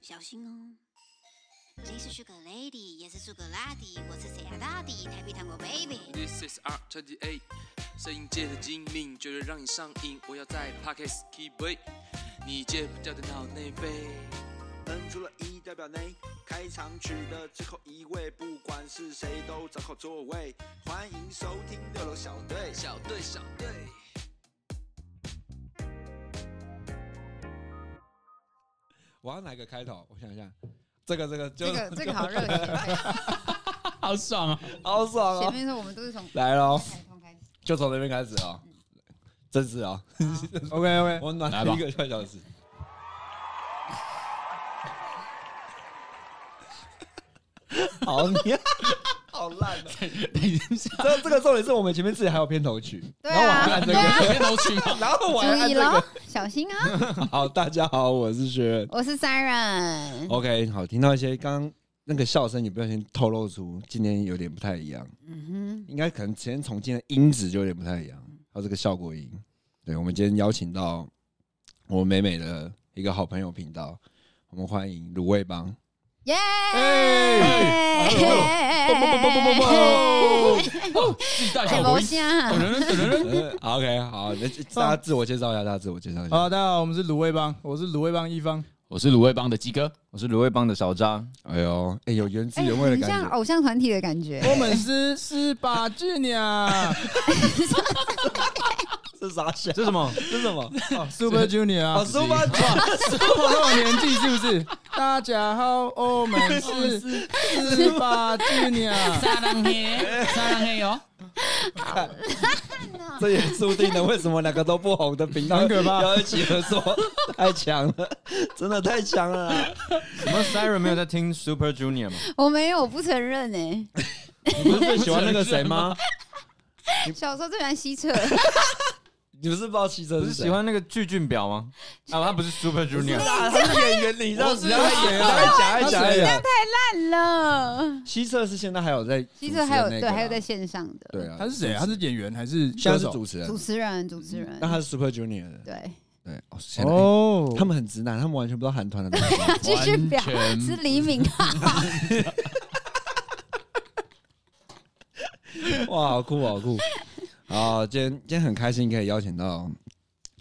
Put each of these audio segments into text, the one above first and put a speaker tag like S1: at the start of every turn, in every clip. S1: 小心哦。你是 Sugar Lady，也是 Sugar Daddy，我是 Sugar Daddy，台北糖果 Baby。
S2: This is R 2 8 A，摄影界的精明，绝对让你上瘾。我要在 Pockets keep it，你戒不掉的脑内啡。
S3: 摁出了一代表内。开场曲的最后一位，不管是谁都找好座位。欢迎收听六楼小队。
S2: 小队，小队。
S4: 我要哪个开头？我想一下，这个这个就
S5: 这个 这个好热情，
S6: 好爽啊！
S4: 好爽
S5: 前
S4: 哦！
S5: 面说我们都是从
S4: 来喽，
S5: 开通开始，
S4: 就从这边开始哦，正式哦。
S6: OK OK，
S4: 我暖
S6: 来
S4: 了
S6: 吧
S4: 一个半小时。 好你好烂哦！
S6: 等一 下，
S4: 这这个重点是我们前面自己还有片头曲，
S5: 对
S4: 然后我还
S5: 啊
S4: 按这
S5: 对啊
S4: 个，
S6: 别头曲
S4: 然后我还按
S5: 注意
S4: 这
S5: 喽
S4: 个。，
S5: 小心啊！
S4: 好，大家好，我是学仁。
S5: 我是 Siren，
S4: OK，好，听到一些刚刚那个笑声，你不小心透露出今天有点不太一样，
S5: 嗯
S4: 应该可能前从今天的音质就有点不太一样，还有这个效果音。对，我们今天邀请到我美美的一个好朋友频道，我们欢迎卤味帮。
S5: 哼，耶！
S4: 哎
S6: 自己带
S5: 哎，
S6: 小
S5: 罗
S6: 鬼。
S5: 虾，
S4: 呃好 OK，好，那大家自我介绍一下，大家自我介绍一下。
S7: 好，大家好，我们是卤味帮，我是卤味帮一方。
S6: 我是卤味帮的鸡哥，
S7: 我是卤味帮的小张。
S4: 哎呦，哎，有原汁
S5: 哎，
S4: 原味
S5: 很
S4: 的感
S5: 像
S4: 觉。
S5: 偶像团体的感觉。
S7: 我们是是八句 娘
S4: 这啥笑？
S7: 这是什么
S4: 这什么？
S7: ？Super Junior 啊
S4: 哦，，Super
S7: 我到我年纪是不是？大家好， 我们是是八句娘。
S6: 沙浪黑，沙浪黑
S7: 哦
S6: 哟，
S4: 这也注定了为什么两个都不红的频道
S7: 很可怕
S4: 要一起合 作，太强了，真的太强了啦！
S8: 什么 Siren 没有在听 Super Junior 吗？
S5: 我没有，我不承认哎。
S8: 你不是最喜欢那个谁吗？
S5: 小时候最喜欢西澈，
S4: 你不是不知道汽车
S8: 不是
S4: 谁
S8: 喜欢那个巨俊表吗？啊，他不是 Super
S4: 不是
S8: Junior，
S4: 啦，他是演员，你让你让他演，
S7: 我
S4: 他讲一讲一讲。
S5: 烂了。
S4: 西澈是现在还有在主持
S5: 西
S4: 的
S5: 澈
S4: 那个啦，
S5: 还有对，还有在线上的。
S4: 对啊，
S7: 他是谁啊？他是演员还是
S4: 现
S8: 啊
S4: 在
S7: 歌
S4: 是
S7: 手？
S4: 主持人
S5: 主，持人，主持人
S4: 但，他是 Super Junior 的，
S5: 对，
S4: 对哦，现在
S7: 哦，
S4: 他们很直男，他们完全不知道韩团的东西。
S5: 继续表
S6: 完全
S5: 是黎明啊，
S4: 哇，好酷，好酷！啊，今天今天很开心可以邀请到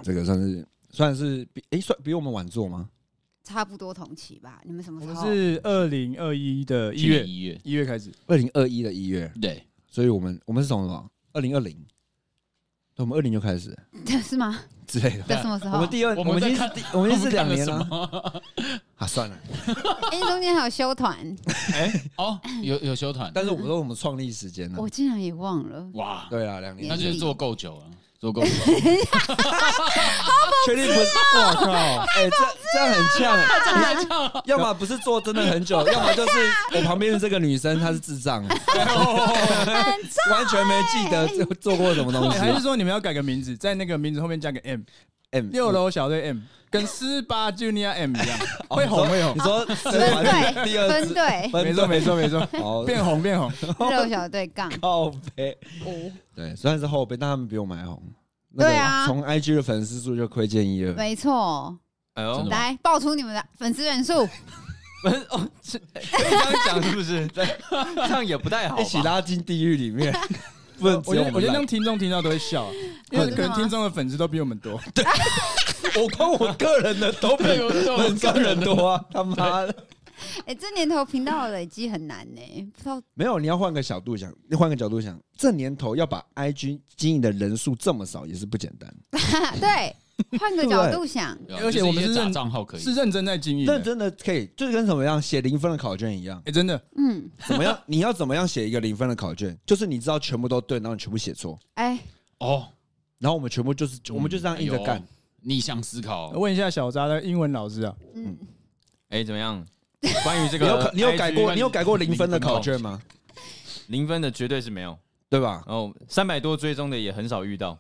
S4: 这个算是算是比诶、算比我们晚做吗？
S5: 差不多同期吧？你们什么
S7: 我
S5: 时
S7: 们
S5: 候？
S7: 是二零二一的一月
S6: 一月，
S7: 一月开始，
S4: 二零二一的一月，
S6: 对，
S4: 所以我们我们是从什么？二零二零，我们二零就开始
S5: 是吗？
S4: 之类的。
S5: 在什么时
S4: 我
S5: 候？
S4: 们第二，
S6: 我
S4: 我
S6: 们
S4: 们
S6: 在
S4: 已经
S6: 看
S4: 是第我们已经是两年
S6: 我们
S4: 了
S6: 看了
S4: 啊，算了。
S5: 哎，中间还有修团，
S6: 什么哦，有有修团，
S4: 但是我们说我们创立时间呢
S5: 我？竟然也忘了。
S6: 哇，
S4: 对啊，两年
S6: 那
S5: 那。
S6: 就是做够久了，啊做够久。
S4: 确定不是？我靠！哎，这这样很呛，哎
S6: 太呛了，
S4: 要么不是做真的很 久，要么就是我旁边的这个女生她是智障，完全没记得做做过什么东西。
S7: 哎还是说你们要改个名字，在那个名字后面加个 M，
S4: M
S7: 六楼小队 M 跟四八 Junior M 一样，
S4: 哦
S7: 会红
S4: 你
S7: 会
S4: 说
S7: 红
S4: 你。说呃分
S5: 分队，
S7: 呃
S4: 第二
S5: 分
S4: 支
S5: 队，
S7: 没错没错没 错，
S4: 错
S7: 变红变红，
S5: 肉小队杠。
S4: 靠背。
S5: 哦，
S4: 对，虽然是后辈，但他们比我们还红。那个
S5: 对啊
S4: 从 IG 的粉丝数就窥见一二。
S5: 没错，
S8: 哎呦
S6: 真，的吗
S5: 来报出你们的粉丝人数。
S8: 不是哦，是这样讲是不是？对，这样也不太好吧。
S4: 哎一起拉进地狱里 面，不能
S7: 我
S4: 只
S7: 觉
S4: 有
S7: 得
S4: 我
S7: 我
S4: 们
S7: 觉得让
S4: 来。
S7: 听众听到都会笑，因为
S5: 真的
S7: 可能
S5: 吗
S7: 听众的粉丝都比我们多。
S4: 我跟我个人的都比
S6: 对我对我
S4: 本身人多啊！他妈的，
S5: 哎，这年头频道的累积很难呢，不知道
S4: 没有，你要换个角度想，你换个角度想，这年头要把 IG 经营的人数这么少也是不简单。
S5: 啊对，换个角度想，
S7: 而且我们是
S6: 啊就是一些假
S7: 认
S6: 账号可以，
S7: 是认真在经营的，
S4: 认真的可以，就是跟什么样写零分的考卷一样，
S7: 哎，真的，
S5: 嗯，
S4: 怎么样？你要怎么样写一个零分的考卷？就是你知道全部都对，然后你全部写错，
S5: 哎，
S6: 哦，
S4: 然后我们全部就是我们就这样
S6: 哎
S4: 硬
S6: 呦
S4: 着干。，哦
S6: 逆向思考，
S7: 问一下小扎的英文老师啊，
S5: 嗯，
S8: 哎，怎么样？关于这
S4: 你有
S8: 个
S4: 考，你有改过
S8: IG
S4: 你有改过零分的考卷吗？
S8: 零分的绝对是没有，
S4: 对吧？
S8: 然后三百多追踪的也很少遇到，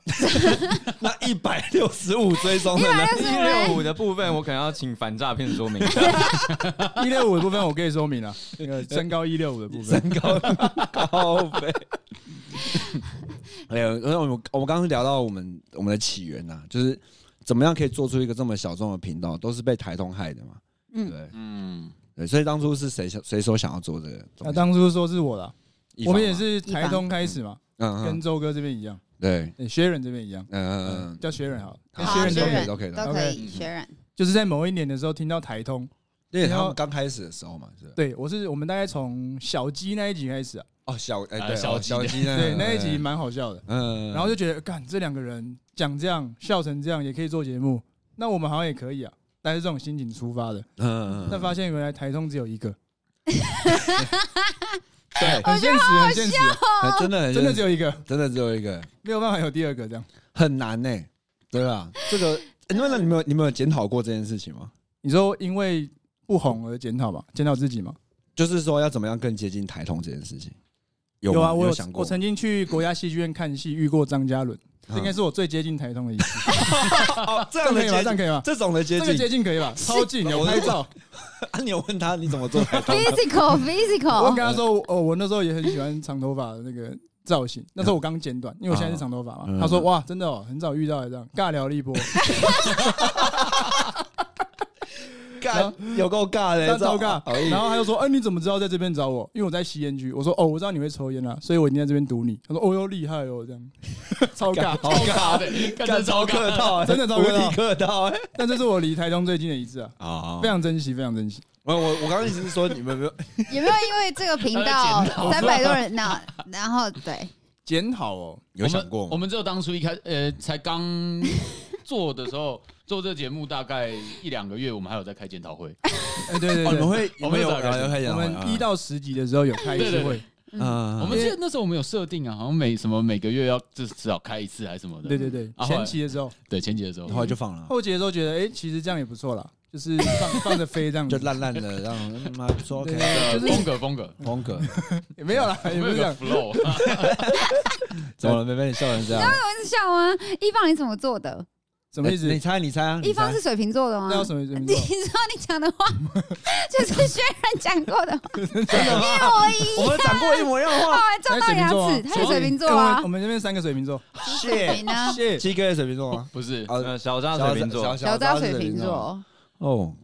S4: 那一百六十五追踪
S5: 一
S4: 的呢
S5: 百？六
S8: 一
S5: 十
S8: 六
S5: 五
S8: 五的部分我可能要请反诈骗说明。
S7: 一六五的部分我可以说明了，那个身高一六五的部分，
S4: 高高飞。还有，因为我们我们刚刚聊到我们我们的起源呐、就是怎么样可以做出一个这么小众的频道，都是被台通害的嘛。
S5: 嗯，
S4: 对
S6: 嗯，
S4: 对，所以当初是谁想谁说想要做这个东
S7: 那
S4: 西？
S7: 当初说是我的，
S4: 一
S7: 我
S4: 方
S7: 们也
S4: 嘛，
S7: 是台东开始嘛，
S4: 嗯
S7: 跟
S4: 嗯，
S7: 周哥这边一样，
S4: 对，
S7: 对，薛仁这边一样，
S4: 嗯嗯
S7: 嗯
S4: 嗯，
S7: 叫薛仁好了，跟
S5: 好
S7: 薛仁
S5: 薛
S7: 都可以
S5: 仁
S4: 都可以都可以，
S5: 都可以，
S6: OK
S5: 血染
S7: 就是在某一年的时候听到台通，
S4: 因为他们刚开始的时候嘛，是吧？
S7: 对我是我们大概从小鸡那一集开始啊，
S4: 哦，小哎
S6: 啊
S4: 对，
S6: 小
S4: 哦
S6: 鸡
S4: 小鸡呢？
S7: 对，那一
S4: 嗯
S7: 集，蛮好笑的，
S4: 嗯，嗯
S7: 然后就觉得，干这两个人讲这样笑成这样也可以做节目，那我们好像也可以啊，带着这种心情出发的，
S4: 嗯嗯
S7: 但
S4: 嗯，
S7: 发现原来台通只有一个，
S4: 对，
S7: 很现实，很现实啊，
S4: 真的很
S7: 真的只有一个，
S4: 真的只有一个，
S7: 没有办法有第二个这样。
S4: 很难呢、对吧？这个，欸那那你们有你们有检讨过这件事情吗？
S7: 你说因为不红而检讨吧，检讨自己嘛？
S4: 就是说要怎么样更接近台通这件事情？有吗
S7: 啊，我
S4: 有想过啊
S7: 我
S4: 吗，
S7: 曾经去国家戏剧院看戏，遇过张嘉伦，这应该
S4: 是
S7: 是我最接近台通的 一次。
S4: 哦，这
S7: 这
S4: 样
S7: 样
S4: 的
S7: 可以吗？
S4: 接
S7: 这
S4: 近，这种
S7: 样可以吗？
S4: 的接
S7: 这个
S4: 近哦
S7: 接近可以 吧？超近，有拍照。
S4: 啊！你有问他你怎么做台通？
S5: ，physical
S7: 我跟
S5: physical，
S7: 他说，哦，我那时候也很喜欢长头发的那个造型，那时候我刚剪短，因为我现在是长头发
S4: 嗯
S7: 嘛。他说，哇，真的哦，很少遇到的这样，尬聊了一 波，
S4: 尬有够尬的，
S7: 但
S4: 这
S7: 超
S4: 种
S7: 尬。然后他就说，哎，你怎么知道在这边找我？因为我在吸烟区。我说，哦，我知道你会抽烟啦，所以我一定在这边堵你。他说，哦哟，厉害哦，这样， 超尬。
S4: 好尬的，
S6: 干
S4: 干
S6: 真超尬
S4: 客套欸，
S7: 真的超
S4: 无
S7: 客套
S4: 敌客套哎！
S7: 但这是我离台中最近的一次啊，
S4: 啊
S7: 非，常珍惜，非常珍惜。
S4: 我我我刚刚意思是说你们没有，
S5: 有没有因为这个频
S6: 他
S5: 道
S6: 在检讨
S5: 三百多人，那然后对，
S7: 检讨哦，
S4: 有想过
S6: 我
S4: 吗？
S6: 们只有当初一开呃，才刚做的时候，做这个节目大概一两个月，我们还有在开 检讨会。
S7: 哎，对对
S4: 哦，你们
S7: 对，
S4: 会，哎你
S6: 我
S4: 们
S6: 们
S4: 有
S6: 有找人
S4: 有开
S7: 我
S4: 讲吗，
S7: 们一到十集的时候有开一
S6: 对对
S7: 次
S6: 对
S7: 会，
S4: 嗯，
S6: 我们记得那时候我们有设定啊，好像每什么每个月要至至少开一次还是什么的。
S7: 对对对，
S6: 啊后来
S7: 前期的时候，
S6: 对，前几的时候
S4: 后来就放了。
S7: 后期的时候觉得，哎，其实这样也不错啦，就是放 放着飞这样
S4: 就
S7: 子，
S4: 烂烂的，让他妈说 OK，
S7: 对
S6: 呃
S7: 就是
S6: 风格 风格，
S4: 风格
S7: 也没有啦，
S6: 我
S7: 也
S6: 们有
S7: 不是
S6: 个
S7: 这样，
S6: flow，
S4: 怎么了？妹妹，你笑成这样？
S5: 我一直笑啊，一方你怎么做的？
S7: 什么意思
S4: 你？猜，你猜啊！
S5: 一方是水瓶座的吗
S7: 那？要什么什么
S5: 你说你讲的话 就是薛仁讲过的话，
S4: 真的吗？
S5: 我一
S4: 我们讲过一模一样的
S5: 我
S4: 话。
S5: 还撞哎到牙齿，他是水瓶座啊
S7: 哎我们我，们这边三个水瓶座，
S5: 哦水瓶啊呢？
S7: 哎 谢
S4: 七哥是水瓶座吗？
S6: 不是
S4: 啊
S8: 呃，小张水瓶座，
S5: 小张水瓶座，
S4: 哦，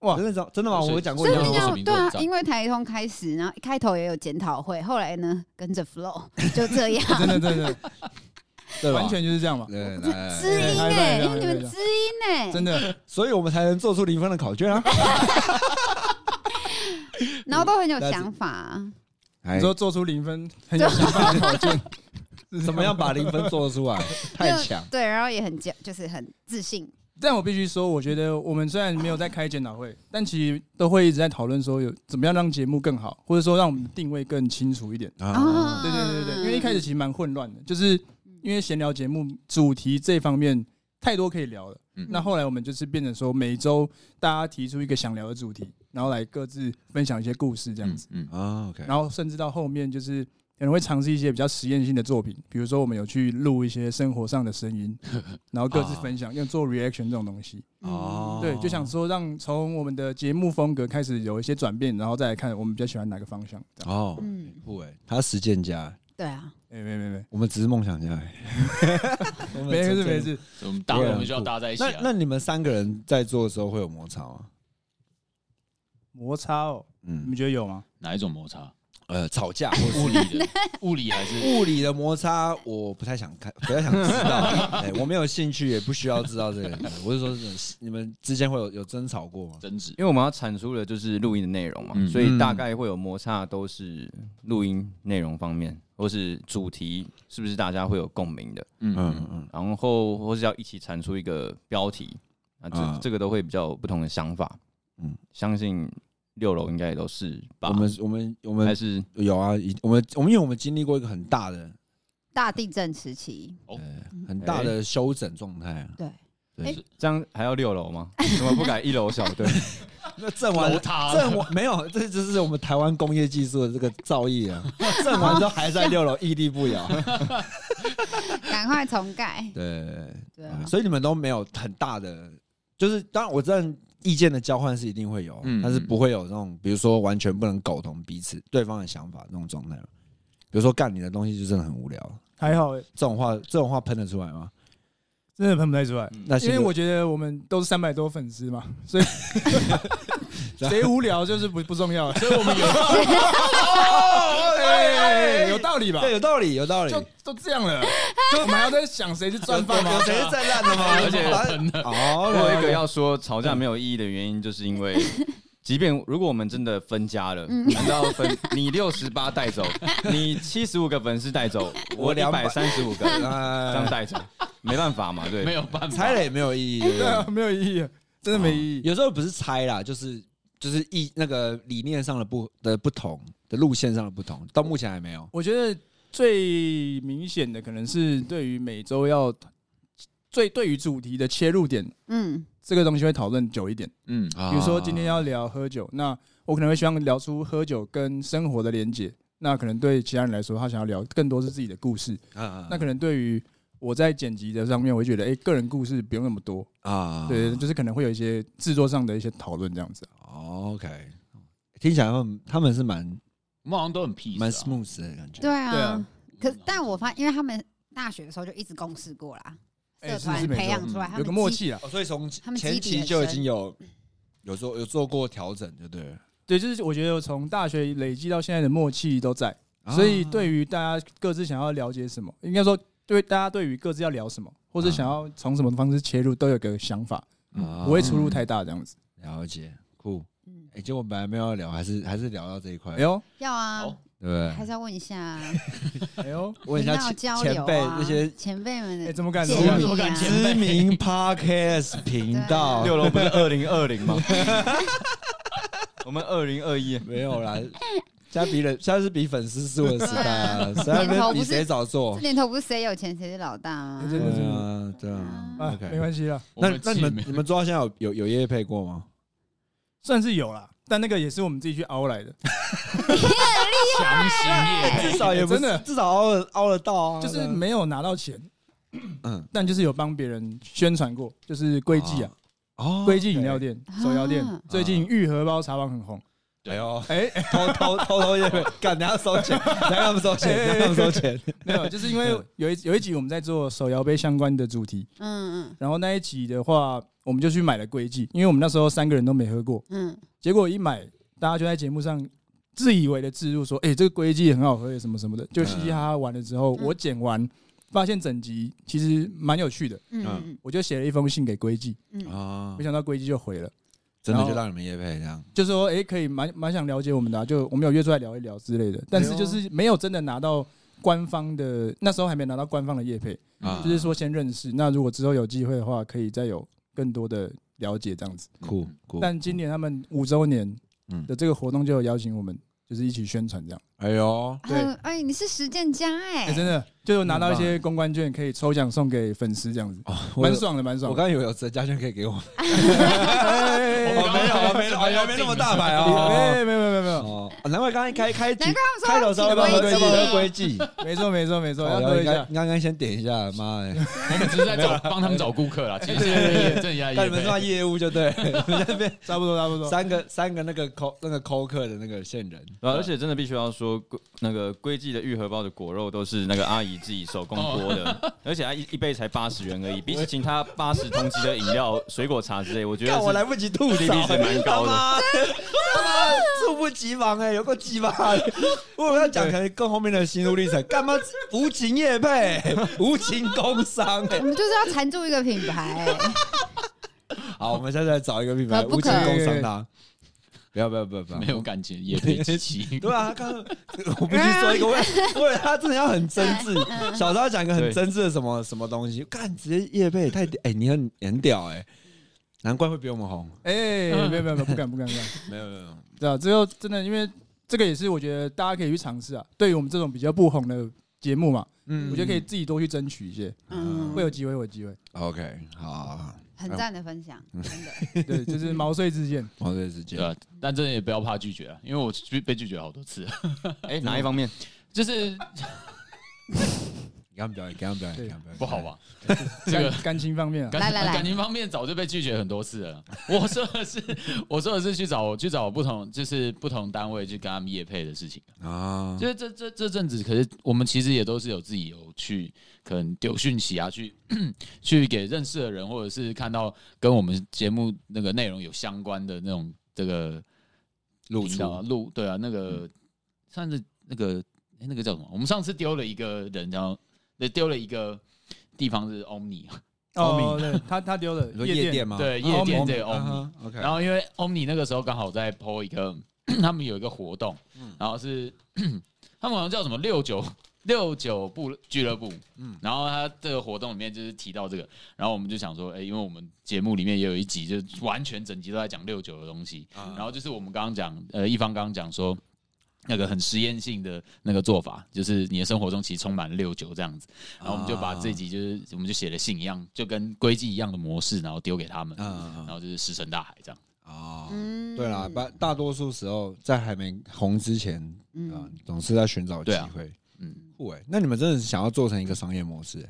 S6: 哇，
S7: 哇
S4: 真的真的吗？
S6: 水
S4: 我讲过
S5: 所
S4: 一
S5: 以
S4: 样
S6: 水
S4: 的话
S5: 平常
S6: 瓶座
S5: 对啊
S6: 很，赞
S5: 因为台通开始，然后一开头也有检讨会，后来呢跟着 flow 就这样，
S7: 真的真的
S4: 对吧
S7: 完全就是这样嘛，
S4: 对，来来来
S5: 知音
S7: 哎
S5: 哎、
S7: 哎哎哎
S5: 你们知音哎、
S7: 真的
S4: 所以我们才能做出零分的考卷啊！
S5: 然后都很有想法、
S4: 哎
S7: 你说做出零分很有想法的考卷，是
S4: 怎么样把零分做 出来？太强！
S5: 对，然后也很骄，就是很自信，
S7: 但我必须说，我觉得我们虽然没有在开检讨会，但其实都会一直在讨论说有怎么样让节目更好，或者说让我们的定位更清楚一点。
S4: 啊
S6: 嗯
S5: 哦，
S7: 对对对对，因为一开始其实蛮混乱的，就是因为闲聊节目主题这方面太多可以聊了。
S6: 嗯
S7: 那后来我们就是变成说，每周大家提出一个想聊的主题，然后来各自分享一些故事这
S6: 这
S7: 样子，，
S6: 嗯，
S4: 啊，OK，
S7: 然后甚至到后面就是。可能会尝试一些比较实验性的作品，比如说我们有去录一些生活上的声音，然后各自分享，用做 reaction 这种东西。
S4: 哦
S7: 对，就想说让从我们的节目风格开始有一些转变，然后再来看我们比较喜欢哪个方向。这样，
S4: 哦，
S5: 嗯，
S4: 不哎，他实践家，
S5: 对啊，
S7: 哎、没没没，
S4: 我们只是梦想 家。哎我们
S7: 没事
S4: 真正
S7: 没事，
S6: 所以我们搭嗯啊我们就要搭在一起
S4: 啊那那
S6: 啊。
S4: 你们三个人在做的时候会有摩擦吗？
S7: 摩擦哦，你
S4: 嗯
S7: 们，觉得有吗？
S6: 哪一种摩擦？
S4: 呃，吵架或
S6: 物
S4: 是
S6: 理的，物理还是
S4: 物理的摩擦，我不太想 看，不太想知道。 哎，我没有兴趣，也不需要知道这个。我是说真的，你们之间会有有争吵过吗？
S6: 争执？
S8: 因为我们要产出的就是录音的内容嘛，
S6: 嗯
S8: 所以大概会有摩擦，都是录音内容方面，或是主题是不是大家会有共鸣的，
S6: 嗯，
S4: 嗯嗯
S8: 然后或是要一起产出一个标题，啊，这、
S4: 啊
S8: 这个都会比较有不同的想法。
S4: 嗯
S8: 嗯，相信六楼应该也都是吧？
S4: 嗯，我们我们我
S8: 还
S4: 们
S8: 是
S4: 有啊，一我们我们因为我们经历过一个很大的
S5: 大地震时期，
S4: 很大的休整状态啊。
S5: 对，
S8: 这样还要六楼 吗？怎么不改一楼小 队？
S4: 那震完
S6: 楼塌了
S4: 震完没有，这就是我们台湾工业技术的这个造诣 啊。震完之后还在六楼屹立不摇。
S5: 赶快重盖，
S4: 对 对对
S5: 对
S4: 对，
S7: 嗯
S5: 啊，
S4: 所以你们都没有很大的，就是当然我知道意见的交换是一定会有，
S6: 嗯
S4: 但是不会有那种比如说完全不能苟同彼此对方的想法那种状态嘛。比如说干你的东西就真的很无聊，
S7: 还好、欸，
S4: 这种话这种话喷得出来吗？
S7: 真的喷不太出来。
S4: 那
S7: 嗯因
S4: 是
S7: 为 我觉得我们都是三百多粉丝嘛，所以谁无聊就是不不 重要了。
S6: 所以我们有
S4: 哦
S7: 哎，有道理吧？
S4: 对有道理，有道理。
S7: 就都这样了，就我们还要在想谁是专访吗
S4: 有？谁是最烂的吗？
S8: 而且
S4: 好，
S8: 我有一个要说吵架没有意义的原因，就是因 为。即便如果我们真的分家了，难道分你六十八带走，你七十五个粉丝带走， 我一
S4: 200
S8: 百三十五 个哎这样
S4: 呃，
S8: 带走， 没办法嘛，对，
S6: 没有办法
S4: 猜了也没有意义。对不
S7: 对
S4: 对
S7: 啊，没有意义啊，真的没意义。
S4: 有时候不是猜啦，就是就是意那个理念上的不的不同的路线上的不同，到目前还没有。
S7: 我觉得最明显的可能是对于每周要最对于主题的切入点，
S5: 嗯，
S7: 这个东西会讨论久一点。
S6: 嗯，
S4: 比
S8: 啊
S7: 比如说今天要聊喝酒，那我可能会希望聊出喝酒跟生活的连结。那可能对其他人来说，他想要聊更多是自己的故事。
S4: 啊
S7: 那可能对于我在剪辑的上面，我会觉得，哎、个人故事不用那么多。
S4: 啊
S7: 对，就是可能会有一些制作上的一些讨论这样子啊。
S4: 哦，OK，听起来他们他们是蛮
S6: 我们好像都很 peace，
S4: 蛮
S6: 啊
S4: smooth 的感觉。
S5: 对啊。
S7: 对啊
S5: 可是但我发，因为他们大学的时候就一直共事过啦，
S7: 哎
S5: 社
S7: 是是
S5: 团
S7: 没错
S5: 培养出来，他
S6: 嗯
S5: 们
S7: 有个默
S5: 基
S7: 契啦。
S4: 哦，所以从
S5: 他们基
S4: 前
S5: 底
S4: 期
S5: 很
S4: 就已
S5: 深
S4: 经有有做有做过调整，就对了。
S7: 对，就是我觉得我从大学累积到现在的默契都在，所以对于大家各自想要了解什么，应该说对大家对于各自要聊什么，或者
S4: 啊
S7: 想要从什么方式切入，都有个想法，
S4: 啊嗯
S7: 不会出入太大这样子。
S4: 了解，酷。
S5: 嗯，
S4: 哎，结果本来没有要聊，还是还是聊到这一块，
S7: 哎
S4: 对
S7: 呦，
S5: 要啊，
S6: 好
S4: 不对
S5: 还？是要问一下，啊
S7: 哎呦，
S4: 问一下
S5: 你们要
S4: 前
S5: 交
S4: 前
S5: 流
S4: 辈
S5: 啊，
S4: 那些
S5: 前辈们
S7: 哎，
S5: 的
S7: 怎么敢
S5: 建
S7: 说？
S5: 议啊，
S6: 怎么敢前
S4: 知名 podcast 频道，
S8: 六楼不是二零二零 吗？我们二零二一，
S4: 没有啦，现在比人，现在是比粉丝数的时代啊，谁还没有比谁早做
S5: 这？年头不是谁有钱谁是老大吗
S7: 哎？真
S4: 对
S7: 的是
S4: 啊，对啊。
S7: 啊，
S4: OK
S7: 没关系啦，
S6: 我
S4: 那
S6: 们
S4: 那你
S6: 气没
S4: 们你们做到现在有有有业配过吗？
S7: 算是有啦，但那个也是我们自己去熬来的，哎
S6: 强行 业
S4: 至少也不是
S7: 真的
S4: 至少凹了凹得到啊，
S7: 就是没有拿到钱，
S4: 嗯
S7: 但就是有帮别人宣传过，就是龟记啊，
S4: 哦
S7: 龟记饮料，店、手摇店
S5: 啊，
S7: 最近玉荷包茶网很红，
S4: 哎呦，
S7: 哎，
S4: 偷偷偷偷 业配，敢等下收钱，等下他们收钱，等下他们收钱，
S7: 没有，就是因为有一有一集我们在做手摇杯相关的主题，
S5: 嗯
S7: 然后那一集的话，我们就去买了龟记，因为我们那时候三个人都没喝过，
S5: 嗯
S7: 结果一买，大家就在节目上自以为的自入说，哎、这个龟记很好喝，什么什么的，就嘻嘻哈哈玩了之后，
S5: 嗯
S7: 我剪完发现整集其实蛮有趣的，
S5: 嗯嗯
S7: 我就写了一封信给龟记，
S5: 嗯嗯，
S4: 啊
S7: 没想到龟记就回了，
S4: 真的就让你们业配这样，
S7: 就说哎、可以蛮蛮想了解我们的啊、就我们有约出来聊一聊之类的，但是就是没有真的拿到官方的，那时候还没拿到官方的业配。
S4: 啊
S7: 就是说先认识。那如果之后有机会的话，可以再有更多的了解这样子。
S4: 酷酷，
S7: 但今年他们五周年
S4: 嗯
S7: 的这个活动就有邀请我们，就是一起宣传这样。
S4: 哎呦，
S7: 对
S5: 哎哎，你是实践家
S7: 哎，
S5: 哎，
S7: 真的就有拿到一些公关券，可以抽奖送给粉丝这样子，蛮爽的，蛮
S4: 嗯哦我
S7: 爽的。
S4: 刚以为有折价券可以给我，
S7: 哎
S4: 哦，没有啊， 没有啊，原来没那么大牌哦。
S7: 哎，没有没有没有没有，
S4: 哦，难怪刚刚一开开
S5: 难
S4: 机
S5: 怪他们说
S4: 开头时候要不要喝
S5: 要
S4: 规
S5: 请
S4: 矩，
S5: 规矩
S4: 要规矩。
S7: 没错没错没错，要
S4: 我
S7: 喝一
S4: 应该
S7: 下。
S4: 刚刚先点一下，妈 的！
S6: 我们只是在找帮他们找顾客啦，其实现在也正压
S4: 但你们算
S6: 抑。
S4: 业务就对，那边
S7: 差不多，差不多。
S4: 三个三个那个抠那个抠客的那个线人，
S8: 对啊而且真的必须要说，龟那个龟记的玉荷包的果肉都是那个阿姨自己手工剥 的，而且还一一杯才八十元而已，比起其他八十同级的饮 料、水果茶之类，我觉得
S4: 看我
S8: 是
S4: 来不及吐
S8: 利
S4: 槽，
S8: 率值蛮高
S4: 他
S8: 的
S4: 妈他妈猝不及防哎，有个鸡巴！ 我有要讲可能更后面的心路历程，干嘛无情业配，无情工伤哎
S5: 我！们就是要缠住一个品牌，哎
S4: 好，我们现在来找一个品牌，
S5: 可不
S4: 无情
S5: 可
S4: 工伤他。不要不要不要不要！
S6: 没有感情，也配机器。
S4: 对啊，他刚刚我必须说一个，为为了他真的要很真挚。小时候讲一个很
S8: 对
S4: 真挚的什么什么东西，干直接叶配太屌哎、你很你很屌哎、难怪会比我们红。嗯
S7: 哎，没有没有没有，不敢不敢不敢。
S4: 没有没有，
S7: 对啊，之后真的因为这个也是我觉得大家可以去尝试啊。对于我们这种比较不红的节目嘛，
S4: 嗯
S7: 我觉得可以自己多去争取一些，
S5: 嗯
S7: 会有机会，会有机会。
S4: OK，好，
S5: 很赞的分享，真的，
S7: 对，就是毛遂自 荐。
S4: 王队之间
S6: 对啊，但真的也不要怕拒绝啊，因为我 被拒绝好多次，
S8: 哎哪一方面？
S6: 就是
S4: 给他们表演，给他们表演，
S7: 对
S4: 给他们表演，
S6: 不好？ 吧？这个
S7: 感感情方面啊，
S6: 感
S5: 来来来
S6: 感情方面早就被拒绝很多次 了。我说的是，我说的是去找去找不同，就是不同单位去跟他们业配的事情。
S4: 啊，
S6: 就是这这这阵子，可是我们其实也都是有自己有去可能丢讯息啊，去 去给认识的人，或者是看到跟我们节目那个内容有相关的那种这个
S4: 露
S6: 频
S4: 出嗯
S6: 道啊露对啊，那个上次那个哎那个叫什么？我们上次丢了一个人，然后那丢了一个地方是 Omni，
S7: 哦，对，他他丢
S4: 你说
S7: 了
S4: 夜
S7: 店
S4: 店，吗？
S6: 对夜店这个 Omni，、
S4: 啊哈，OK，
S6: 然后因为 Omni 那个时候刚好在 PO 一个， 他们有一个活动，然后是 他们好像叫什么六九六九部俱乐部，嗯，然后他这个活动里面就是提到这个，然后我们就想说，哎、因为我们节目里面也有一集，就是完全整集都在讲六九的东西，然后就是我们刚刚讲，呃，一方刚刚讲说。那个很实验性的那个做法，就是你的生活中其实充满六九这样子，然后我们就把这集就是我们就写了信一样，就跟规矩一样的模式，然后丢给他们，
S4: 嗯
S6: 然后就是石沉大海这样。
S4: 啊，
S5: 嗯
S4: 对啦，大大多数时候在还没红之前啊
S5: 嗯，，
S4: 总是在寻找机
S6: 对啊
S4: 会。
S6: 嗯，
S4: 酷哎，那你们真的是想要做成一个商业模式欸？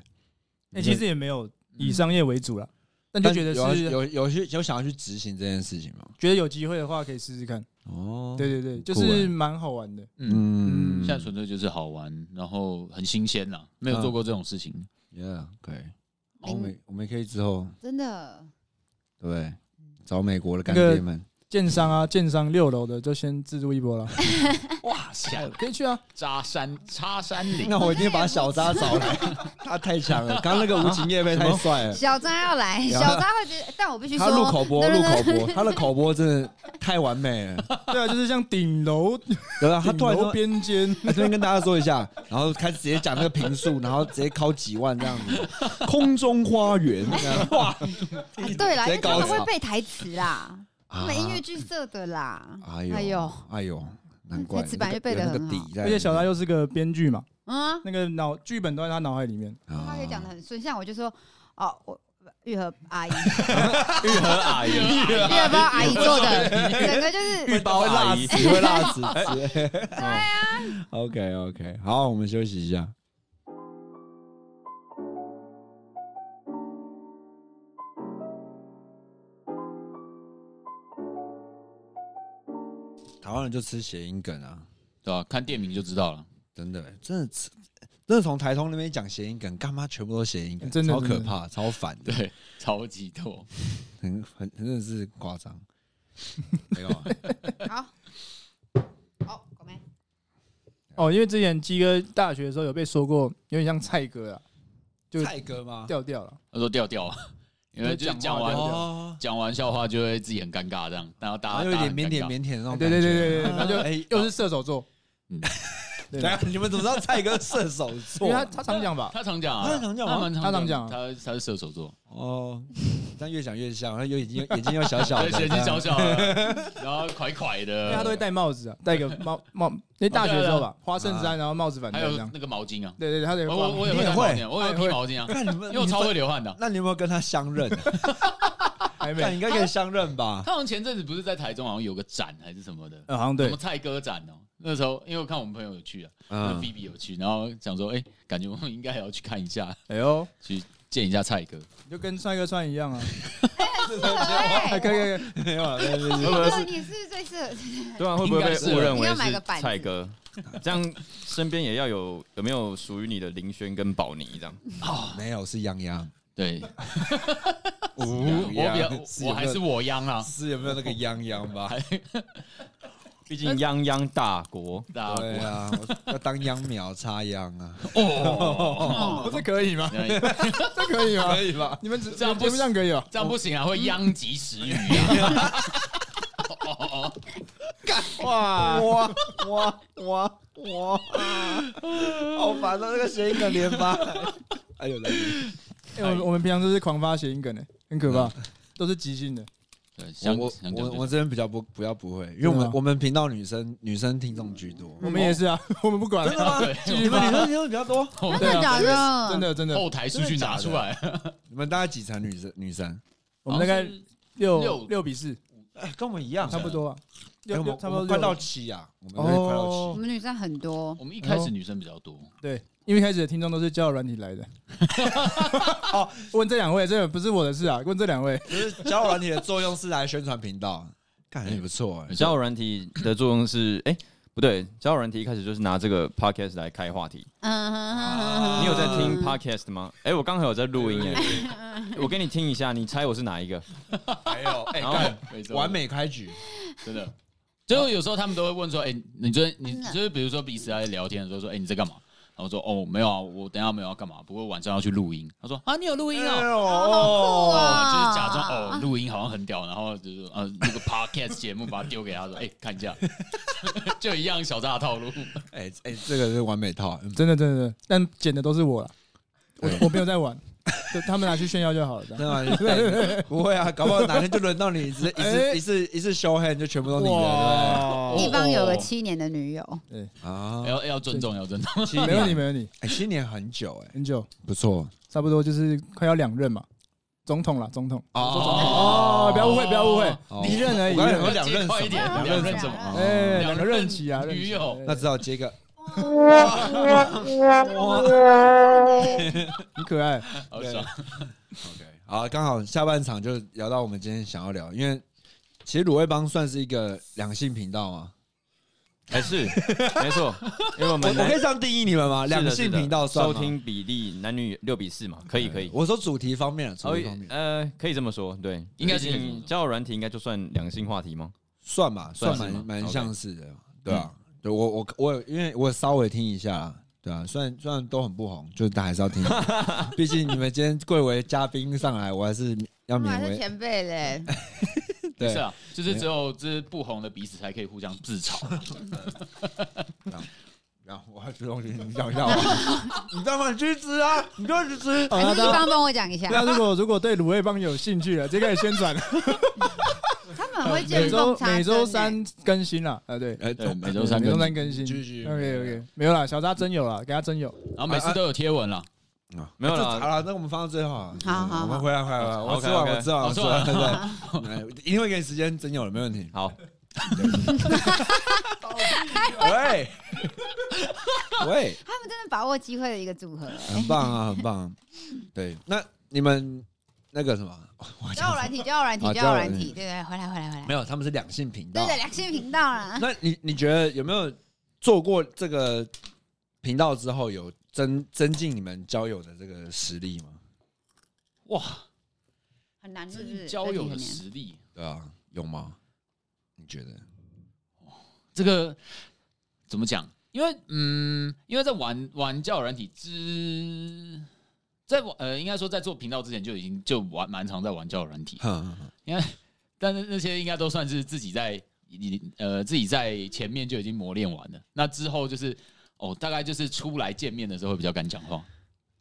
S7: 哎，其实也没有以商业为主了，但就
S4: 嗯但
S7: 觉得
S4: 有要
S7: 是
S4: 有有些有想要去执行这件事情吗？
S7: 觉得有机会的话可以试试看，
S4: 哦，
S7: 对，对对，就
S4: 酷欸
S7: 是蛮好玩的。
S4: 嗯，
S6: 现在纯粹就是好玩，然后很新鲜呐，没有做过这种事情。
S4: ，Yeah，可以。
S5: 哎
S4: 我们我们可以之后
S5: 真的
S4: 对不对找美国的干
S7: 那个
S4: 爹们，
S7: 建商啊，建商六楼的就先自助一波了，
S6: 哇塞，
S7: 可以去啊。
S6: 扎山 插山岭，
S4: 那我一定把小扎找来， 他太强了，刚刚那个无情夜配太帅了。
S5: 小张要来，
S4: 有
S5: 小
S4: 啊
S5: 张会觉得，但我必须
S4: 他录
S5: 说，
S4: 口播，
S5: 那
S4: 录
S5: 那
S4: 口播，他的口播真的太完美了。
S7: 对啊，就是像顶楼，
S4: 对 啊，他
S7: 顶
S4: 突然
S7: 楼
S4: 说
S7: 边 间，
S4: 在这边跟大家说一下，然后开始直接讲那个评述，然后直接考几万这样子，空中花园这样哇，
S5: 啊对啦，
S4: 直接
S5: 因为他
S4: 高
S5: 们会
S4: 潮
S5: 背台词啦，他们音乐剧社的啦，
S4: 哎
S5: 哎呦
S4: 呦哎呦，难怪
S5: 台词本来就背得
S4: 有那个
S5: 很好
S4: 有那个底在
S7: 而
S4: 里面，啊
S7: 且小达又是个编剧嘛，
S5: 嗯，
S7: 那个脑剧本都在他脑海里面。
S5: 他可以讲的很顺，像我就说，哦，我玉和阿姨，
S8: 玉和阿姨，
S5: 玉和包阿姨做的，整个就是
S4: 玉包辣子会辣子汁，
S5: 对啊，
S4: OK OK，好，我们休息一下。台湾人就吃谐音梗啊，
S6: 对吧？看店名就知道了。
S4: 真的，真的吃，真的从台通那边讲谐音梗，干嘛全部都谐音梗，
S7: 真的
S4: 超可
S7: 真的
S4: 怕，超烦的，
S6: 对，超级多。
S4: 很很真的是夸张。没有啊，
S5: 好，好，狗妹，
S7: 哦，因为之前鸡哥大学的时候有被说过，有点像蔡哥啊，就
S4: 蔡哥吗？
S7: 调调了。
S6: 他说调调啊，因为就是讲
S7: 就讲话
S6: 完
S7: 调
S4: 哦，
S6: 讲完笑话就会自己很尴尬这样，啊然后
S4: 然后
S6: 大家
S4: 有一点
S6: 大
S4: 腼
S6: 家
S4: �腆腼腆的那
S6: 很尴尬
S4: 种
S7: 对
S4: 感
S7: 对
S4: 觉，
S7: 对对对，他就
S4: 哎
S7: 又是射手座，
S6: 嗯
S7: 对
S4: 等一下你们怎么知道蔡哥射手
S7: 因
S4: 座
S7: 为他他常讲吧，
S6: 他常讲啊，
S4: 他常讲吗
S6: 他蛮
S7: 他常讲啊
S6: 他他是射手座，
S4: 哦，这样越讲越像，他有眼睛眼睛又小小
S6: 对，
S4: 的，
S6: 眼睛小小的，啊然后快快
S7: 因
S6: 的，
S7: 为他都会戴帽子啊，戴个帽帽，那大学的 时候吧，花衬衫，然后帽子反
S6: 啊还
S7: 戴
S6: 有
S7: 这样。
S6: 那个毛巾啊，
S7: 对对对，他得
S6: 我
S7: 挂
S6: 我我也
S4: 你
S6: 会
S4: 也
S6: 戴毛
S4: 会
S6: 巾啊，我也
S7: 哎
S6: 会
S7: 会
S6: 披毛巾啊，
S4: 看你们，
S6: 因为我超会
S4: 你
S6: 流汗的啊
S4: 们。。那你有没有跟他相认？
S7: 还没
S4: 那，应该可以相认 吧？
S6: 他好像前阵子不是在台中好像有个展还是什么的，
S7: 呃好像
S6: 什
S7: 对
S6: 么，蔡哥展哦。那时候因为我看我们朋友有去啊，跟
S4: 嗯
S6: B B 有去，然后想说，哎，感觉我们应该也要去看一下，
S7: 哎呦，
S6: 去见一下蔡哥。
S7: 你就跟帅哥穿一样啊，哎
S5: 对，
S6: 哎
S7: 可以可以可以，
S4: 没有啊，对对对
S8: 会不会
S5: 那
S8: 是？
S5: 你是最适合，
S8: 对啊，会不会被误认
S5: 你
S8: 为
S5: 要买个
S8: 是
S5: 板子
S8: 蔡哥？这样身边也要有有没有属于你的林轩跟宝妮这样？
S4: 没有是泱泱，
S6: 对，
S4: 我
S6: 我比较，我还是我央啊，
S4: 是有没有那个泱泱吧？
S8: 毕
S4: 呃
S8: 竟泱泱大国，
S6: 大
S4: 对
S6: 家
S4: 啊，我要当秧苗插秧啊，
S6: 哦，
S7: 哦这可 以吗？
S6: 这
S7: 这可以吗？
S4: 以吧？
S7: 你们只
S6: 这样不
S7: 节目上可以哦，
S6: 样不行啊，会殃及食 鱼啊。
S4: 哇哇哇哇哇！好烦哦，那个谐音梗连发。 哎呦，来
S7: 哎我们我们平常都是狂发谐音梗的，很可
S6: 嗯
S7: 怕，都是即兴的。
S6: 对，想
S4: 我
S6: 想
S4: 我
S6: 讲
S4: 我
S6: 就
S4: 这边比较不不要不会，因为我们、
S7: 对啊
S4: 我们频道女生女生听众居多。
S7: 我们也是啊，
S6: 哦
S7: 我们不管，
S6: 对，
S4: 你们女生听众比较多，
S5: 真
S7: 对
S5: 的
S7: 啊
S5: 假的？
S7: 真，的真的，
S6: 后台数据拿出来，
S4: 你们大概几成女生女生？
S7: 我们大概
S6: 哦好像是
S7: 六
S6: 六
S7: 六比四，
S4: 哎跟我们一样，
S7: 差不多吧，啊
S4: 哎，我
S7: 六
S4: 们
S7: 六差不多
S4: 我们快
S7: 六
S4: 到七啊，我们都快到
S7: 哦
S4: 七。
S5: 我们女生很多，
S6: 我们一
S4: 哦
S6: 开始女生比较多，
S7: 对，因为一开始的听众都是交友软体来 的。哦，问这两位，这不是我的事啊，问这两位。
S4: 就是交友软体的作用是来宣传频道，感觉也不错哎。
S8: 交友软体的作用是，哎、不对，交友软体一开始就是拿这个 podcast 来开话题。
S5: 嗯哼哼哼，
S4: 啊
S8: 你有在听 podcast 吗？哎、我刚好有在录音哎， 我给你听一下，你猜我是哪一个？
S4: 还有，哎，
S8: 然后
S4: 干
S6: 没错
S4: 完，美开局，
S6: 真的。就有时候他们都会问说：“哎、你昨天你
S9: 真的
S6: 就是比如说彼此在聊天的时候说：‘哎、你在干嘛？’然后说：‘哦，没有啊，我等一下没有要干嘛，不过晚上要去录音。’他说：‘啊，你有录音
S7: 哎
S6: 哦。’
S4: 哦，
S6: 哦，就是假装哦，录音好像很屌，然后就是呃那个 podcast 节目把它丢给他说，哎、看一下， 就一样小炸套路。
S4: 哎哎，这个是完美套，嗯
S7: 真的，真的，真的但剪的都是我了，我我没有在玩，就他们拿去炫耀就好了。这样
S4: 真的吗哎不会啊，搞不好哪天就轮到你，直接一
S7: 哎
S4: 次一次一次 show hand 就全部都你了，
S7: 哦
S6: 哦
S5: 一方有个七年的女友，
S4: 对不对？啊，
S6: 要要尊重，要尊重。
S4: 七
S7: 没问题，
S4: 年，
S7: 没问题，
S4: 哎，七年很久哎，
S7: 很久，
S4: 不错
S7: 差不多就是快要两任嘛，总统了，总统。
S4: 哦
S7: 哦，不要误会，不要误会
S4: 哦，
S7: 一任而
S4: 我
S7: 已
S4: 刚。才
S7: 一任
S4: 有两任
S6: 快一点，
S4: 什么
S6: 两任
S8: 哦
S6: 什么？
S7: 哎，
S6: 两
S7: 两个
S6: 任
S7: 任期啊，任期
S6: 女友
S7: 哎
S4: 哦那只好接个
S7: 很可爱。
S6: 好爽，
S4: OK，好，刚好下半场就聊到我们今天想要聊，因为其实卤味帮算是一个两性频道嘛，
S8: 哎、是， 没错，因为我
S4: 我
S8: 们
S4: 我可以这样定义你们吗？
S8: 是的
S4: 两
S8: 是
S4: 性
S8: 的
S4: 频道算
S8: 收
S4: 吗
S8: 听比例男女六比四嘛，可以可哦以。
S4: 我说主题方面，主题方面、
S8: 呃，可以这么说，对，
S6: 应该是
S8: 毕
S6: 可以这么
S8: 竟
S6: 说
S8: 交友软体应该就算两性话题吗？
S4: 算吧，
S8: 算
S4: 算
S8: 是吗
S4: 蛮蛮
S8: OK 嗯
S4: 像是的，对啊，对我我我有因为我有稍微听一下啦，对啊，虽然虽然都很不红，就是但还是要 听，毕竟你们今天贵为嘉宾上来，我还是要
S5: 他们
S4: 勉
S5: 还是
S4: 为
S5: 前辈嘞，
S4: 对
S6: 是啊，就是只有这不红的彼此才可以互相自嘲。
S4: 然后我要吃东西，你讲一下 我，你干嘛去吃啊？你就去吃。
S7: 好
S5: 还是
S7: 那大
S5: 一
S7: 家
S5: 方帮我讲一下，
S7: 那如果如果对啊卤味帮有兴趣了，直接开始 宣传。
S5: 他们很会见
S7: 每
S5: 缝
S7: 周
S5: 插针
S7: 每周
S5: 欸
S7: 三更新啦，啊对，
S4: 哎，
S6: 对，
S4: 怎
S6: 每
S4: 么？
S6: 周三
S7: 每
S6: 更
S7: 周
S6: 新，
S7: 三更新。
S4: 继续
S7: OK OK，没有啦，小扎真有啦，给他真有。
S6: 然后每次都有贴文了。
S8: 没有
S4: 就
S8: 啦
S4: 好了，那我们放到最后啊。
S5: 好好好
S4: 我们回来回来，回来我吃
S8: OK，OK
S4: 完我吃完我吃完，对
S6: 哦
S4: 对，哎一定会给你时间真有了，没问题。
S8: 好，
S4: 喂喂，
S5: 他们真的把握机会的一个组合欸。
S4: 很棒啊，很棒。对，那你们那个什么，我
S5: 交友软体，交友软体，
S4: 啊
S5: 交友软
S4: 交友软
S5: 体，
S4: 体
S5: 对对，回来回来回来
S4: 没，有，他们是两性频道
S5: 对。对，两性频道啊啦。
S4: 那你你觉得有没有做过这个频道之后，有增增进你们交友的这个实力吗？
S6: 哇，
S5: 很难，是
S6: 这
S5: 不
S6: 是
S5: 是？
S6: 交友的
S5: 这题很难
S6: 实力，
S4: 对啊，有吗？你觉得？
S6: 这个怎么讲？因为嗯，因为在玩玩交友软体之，在玩呃，应该说在做频道之前就已经就玩蛮常在玩交友软体，
S4: 哼哼
S6: 但是那些应该都算是自己在你呃自己在前面就已经磨练完了。那之后就是哦，大概就是出来见面的时候会比较敢讲话，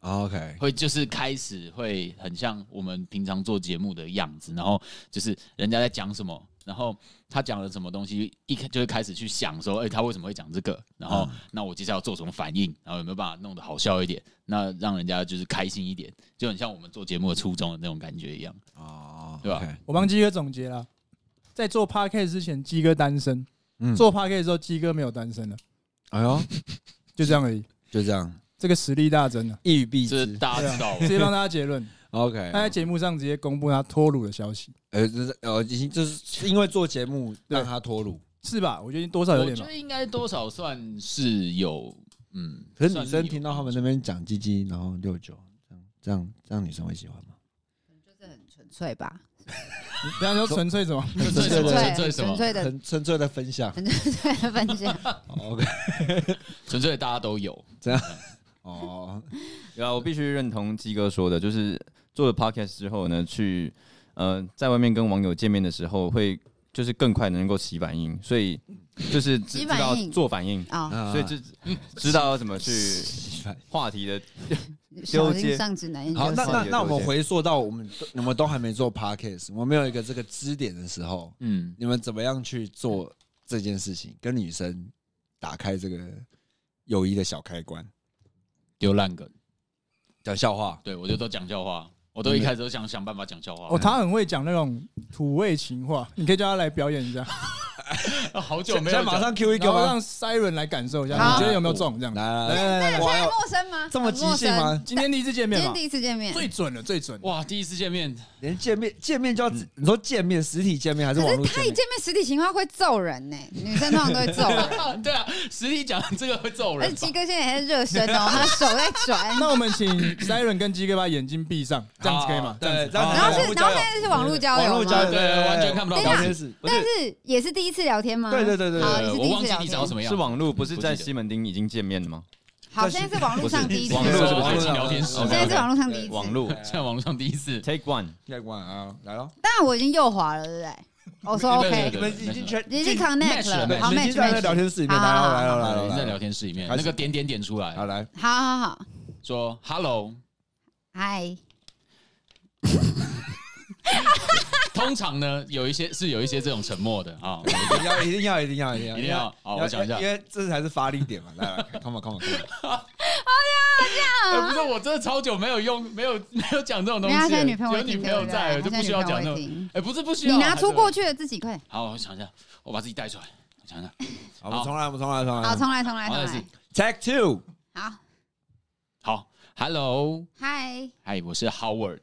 S4: 哼 OK，
S6: 会就是开始会很像我们平常做节目的样子，然后就是人家在讲什么，然后他讲了什么东西，一开就会开始去想说，哎、他为什么会讲这个？然后、那我接下来要做什么反应？然后有没有办法弄得好笑一点？那让人家就是开心一点，就很像我们做节目的初衷的那种感觉一样。
S4: 哦，
S6: 对吧
S4: OK？
S7: 我帮鸡哥总结啦，在做 podcast 之前，鸡哥单身；
S4: 嗯
S7: 做 podcast 之后，鸡哥没有单身了，
S4: 哎呦，
S7: 就这样而已。
S4: 就这样，
S7: 这个实力大增了，
S4: 一语蔽
S6: 这是
S4: 之。
S6: 大家知道，
S7: 直接帮大家结论。
S4: OK，
S7: 他在节目上直接公布他脱乳的消息，
S4: 呃，这是呃，已经就是因为做节目
S7: 对
S4: 让他脱乳，
S7: 是吧？我觉得多少有
S6: 我
S7: 点
S6: 觉
S7: 吧。
S6: 得应该多少算是有，嗯。
S4: 可是
S6: 算
S4: 女生
S6: 有
S4: 听到他们那边讲鸡鸡，然后六九，这样这样这样女生会喜欢吗？
S5: 就是很纯粹吧，
S7: 不要说纯粹什么，
S6: 纯粹什
S5: 纯
S6: 么？纯
S5: 粹
S6: 粹什
S5: 纯
S6: 么？
S5: 粹的
S4: 很纯粹的分享哦
S5: 纯粹的分享。
S4: ，OK，
S6: 纯粹大家都有。
S4: 哦，
S8: 对啊，我必须认同鸡哥说的，就是做了 podcast 之后呢，去呃在外面跟网友见面的时候，会就是更快能够起反应，所以就是 知
S5: 起
S8: 知
S5: 反
S8: 道
S5: 应
S8: 做反应，
S5: 哦，
S8: 所以就知道怎么去话题的。
S5: 小
S8: 接
S5: 心上指南研
S4: 好，
S5: 究
S4: 那那
S5: 所。
S4: 那我们回溯到我们都我们都还没做 podcast，我们没有一个这个支点的时候，
S6: 嗯，
S4: 你们怎么样去做这件事情，跟女生打开这个友谊的小开关？
S6: 丢烂梗。
S4: 讲笑话，
S6: 对我就都讲笑话。我都一开始都想想办法讲笑
S7: 哦，
S6: 话。
S7: 他很会讲那种土味情话，你可以叫他来表演一 下，
S6: 好久没
S4: 现在
S6: 有
S4: 马
S6: 讲，
S4: 上 Q 一个
S7: 然后
S4: 吗？
S7: 让 Siren 来感受一下，
S5: 好
S7: 你觉得有没有中这样？
S4: 来来
S7: 来
S4: 来，
S7: 来来来，
S5: 现在陌生吗？
S4: 这么即兴吗
S5: 很陌生？
S7: 今天第一次见
S5: 今
S7: 面嘛
S5: 天，第一次见面，
S7: 最准了，最准。
S6: 哇，第一次见面，
S4: 连见面见面就要你说见面实体见面还是网
S5: 可
S4: 络
S5: 是他
S4: 见
S5: 一
S4: 面？
S5: 见面实体情话会揍人呢、女生通常都会揍 人。
S6: 对啊，实体讲这个会揍
S5: 而且
S6: 人吧。
S5: 鸡哥现在也在热身哦，他手在转，
S7: 那我们请 Siren 跟鸡哥把眼睛闭上，这样子可以吗？这样
S4: 对，
S7: 子。
S4: 然
S5: 然后是然后现在是网络交
S4: 网
S5: 流
S4: 络交
S5: 吗
S4: 流，？
S6: 对对对完全看不到
S5: 等一下
S4: 聊天室。
S5: 但是也是第一次聊天吗？
S4: 对对对对
S5: 好，
S4: 对，
S5: 也是第
S6: 我
S5: 一次
S6: 忘记
S5: 聊
S6: 你长什
S5: 天。
S6: 么样，
S8: 是网路，不是
S6: 不记
S8: 在
S6: 得
S8: 西门町已经见面了吗？
S5: 好，现在是网络上第一次，
S8: 网
S5: 现
S8: 络
S6: 是
S8: 是
S6: 网
S8: 不
S6: 络
S8: 是
S6: 上聊天室
S8: 哦
S5: 在是网络上第一次。
S8: 网路
S6: 现在网络上第一次。
S8: Take One，
S4: 盖罐啊，来喽！
S5: 当然我已经右滑了，对不对？我说
S6: 对对
S5: OK，
S6: 对
S4: 你们已经全
S5: 已经 connect
S6: 了
S5: 了，
S4: 对，
S5: 好
S4: 你们已经
S5: match
S4: 在那聊
S5: match。
S4: 天室里面，
S5: 好
S4: 来
S5: 好
S4: 喽
S5: 好
S4: 来喽来
S6: 对
S4: 喽
S6: 你
S4: 来
S6: 在
S4: 喽，
S6: 聊天室里面，
S4: 开始
S6: 那个点点点出来
S4: 好，来，
S5: 好好好，
S6: 说 “hello”，
S5: 嗨，
S6: 通常呢有一些是有一些这种沉默的啊，
S4: 一定要一定要一定要一定要
S6: 一定要好我想一下
S4: 因为这才是发力点嘛。来来，come on come on come on，
S6: 哎，不是，我真的超久没有用，没有没有讲这种东
S5: 啊没有啊他
S6: 西了，
S5: 现在女朋友
S6: 有
S5: 会
S6: 女
S5: 听，
S6: 朋友在了，
S5: 对
S6: 就
S5: 不对
S6: 不需要讲那
S5: 他现在女朋友会
S6: 种。
S5: 听
S6: 哎，不是不啊需要，
S5: 你拿出过
S6: 去。
S5: 去的自己快，
S6: 好，我想一下，我把自己带出来，我想一下，
S4: 好，我们重来，我们重来，重
S5: 好，
S4: 来
S5: 重来，重来，
S6: 好
S5: 重
S6: 再一
S5: 来
S6: 次，
S4: ，Take two，
S5: 好，
S6: 好，hello，
S5: 嗨，
S6: 嗨，我是 Howard，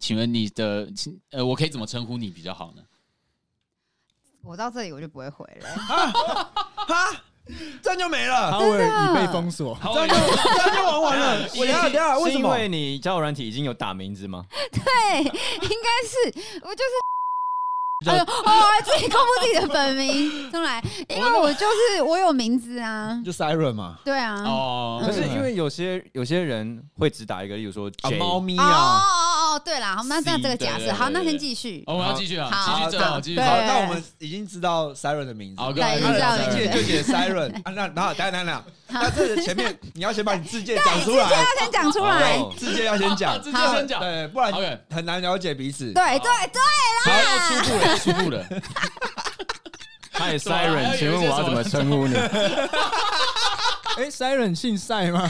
S6: 请问你的，请呃，我可以怎么称呼你比较好呢？
S5: 我到这里我就不会回了。
S4: 哈，这样就没了，
S7: 哈
S5: 真
S7: 维尔已
S5: 的啊
S7: 被封锁，
S4: 这样就这样就玩完了。我等一下等一下，为
S8: 啊是
S4: 什
S8: 因
S4: 么？
S8: 为你交友软体已经有打名字吗？
S5: 对，应该是我就是。哎呦，哦，自己公布自己的本名，重来，因为我就是我有名字啊，
S4: 就 Siren 嘛，
S5: 对啊，哦
S6: 哦，
S8: 可是因为有些有些人会只打一个，例如说
S4: 啊，
S8: J，
S4: 猫咪
S5: 哦
S4: 啊。
S5: 哦哦，对啦，好，那那这个假
S6: 对对
S5: 设，
S6: 对
S5: 好，那
S6: 对
S5: 先
S6: 对
S5: 继续，
S6: 哦，我要继续啊，
S5: 好
S6: 继续正好，
S5: 好
S6: 继续
S5: 对
S6: 正
S4: 好
S6: 好，，
S4: 那我们已经知道 Siren 的名字，
S6: 好，各
S5: 对
S6: 位，
S5: 已经知
S4: 那
S5: 道了
S4: 你自己就写 Siren 啊，那然后等一下等一下等一下，那这个前面你要先把你自荐讲出来，
S5: 要先讲出来，
S8: 哦
S4: 自荐要先讲，
S6: 直接先讲
S4: 对，不然
S6: ，OK，
S4: 很难了解彼此。
S5: 对对对啦，
S6: 出步了，出步了，
S8: 嗨
S6: 怎么了
S8: Siren，请 问我要怎么称呼你？
S7: 哎，Siren 姓赛吗？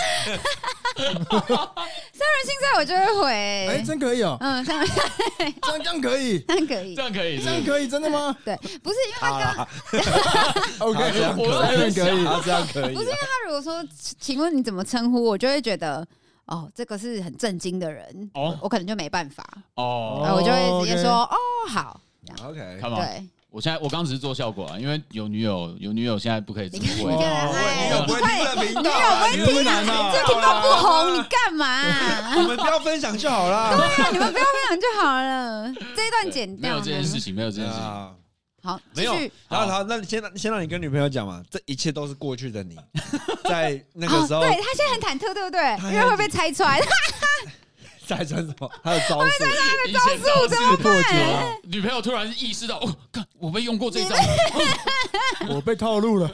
S5: 现在我就会
S7: 哎，
S5: 回，
S7: 真可以哦，
S5: 嗯，这样
S7: 这样这样可以，
S5: 这样可以
S6: 这，样可以，
S7: 这样可以，真的吗
S5: 对，不是因为他刚
S7: ？OK，
S4: 这样可以
S7: ，Siren 可以，
S4: 啊，这样可以
S5: 不。是因为他如果说，请请问你怎么称呼，我就会觉得。哦，这个是很震惊的人，
S6: 哦
S5: 我可能就没办法，
S6: 哦，
S5: 啊我就会直接
S7: OK
S5: 说哦好，
S4: OK，
S6: 看吧，
S5: 对，
S6: 我现在我刚只是做效果啊，因为有女友，有女友现在不可以这
S5: 你
S6: 么
S5: 看你
S6: 会
S5: 看，。哎，
S4: 我
S5: 你
S4: 不会
S5: 快
S4: 听这个频道，
S5: 你有不会听啊？这频道不红，你干嘛啊？
S4: 我们不要分享就好啦。
S5: 你们不要分享就好了，这一段剪
S6: 没
S5: 掉
S6: 有
S5: 呢。
S6: 这件事情，没有这件事情。
S4: 啊，
S5: 好，继
S4: 没有
S5: 续。
S4: 然后，然后，那你先让先让你跟女朋友讲嘛，这一切都是过去的你，在那个时候
S5: 哦对他现在很忐忑，对不对？
S4: 很
S5: 因为会被拆穿。
S4: 在穿什么，他的招式，
S6: 以前招式破
S5: 办
S6: 解，女朋友突然意识到，哦，看我被用过这招，
S7: 我被套路了，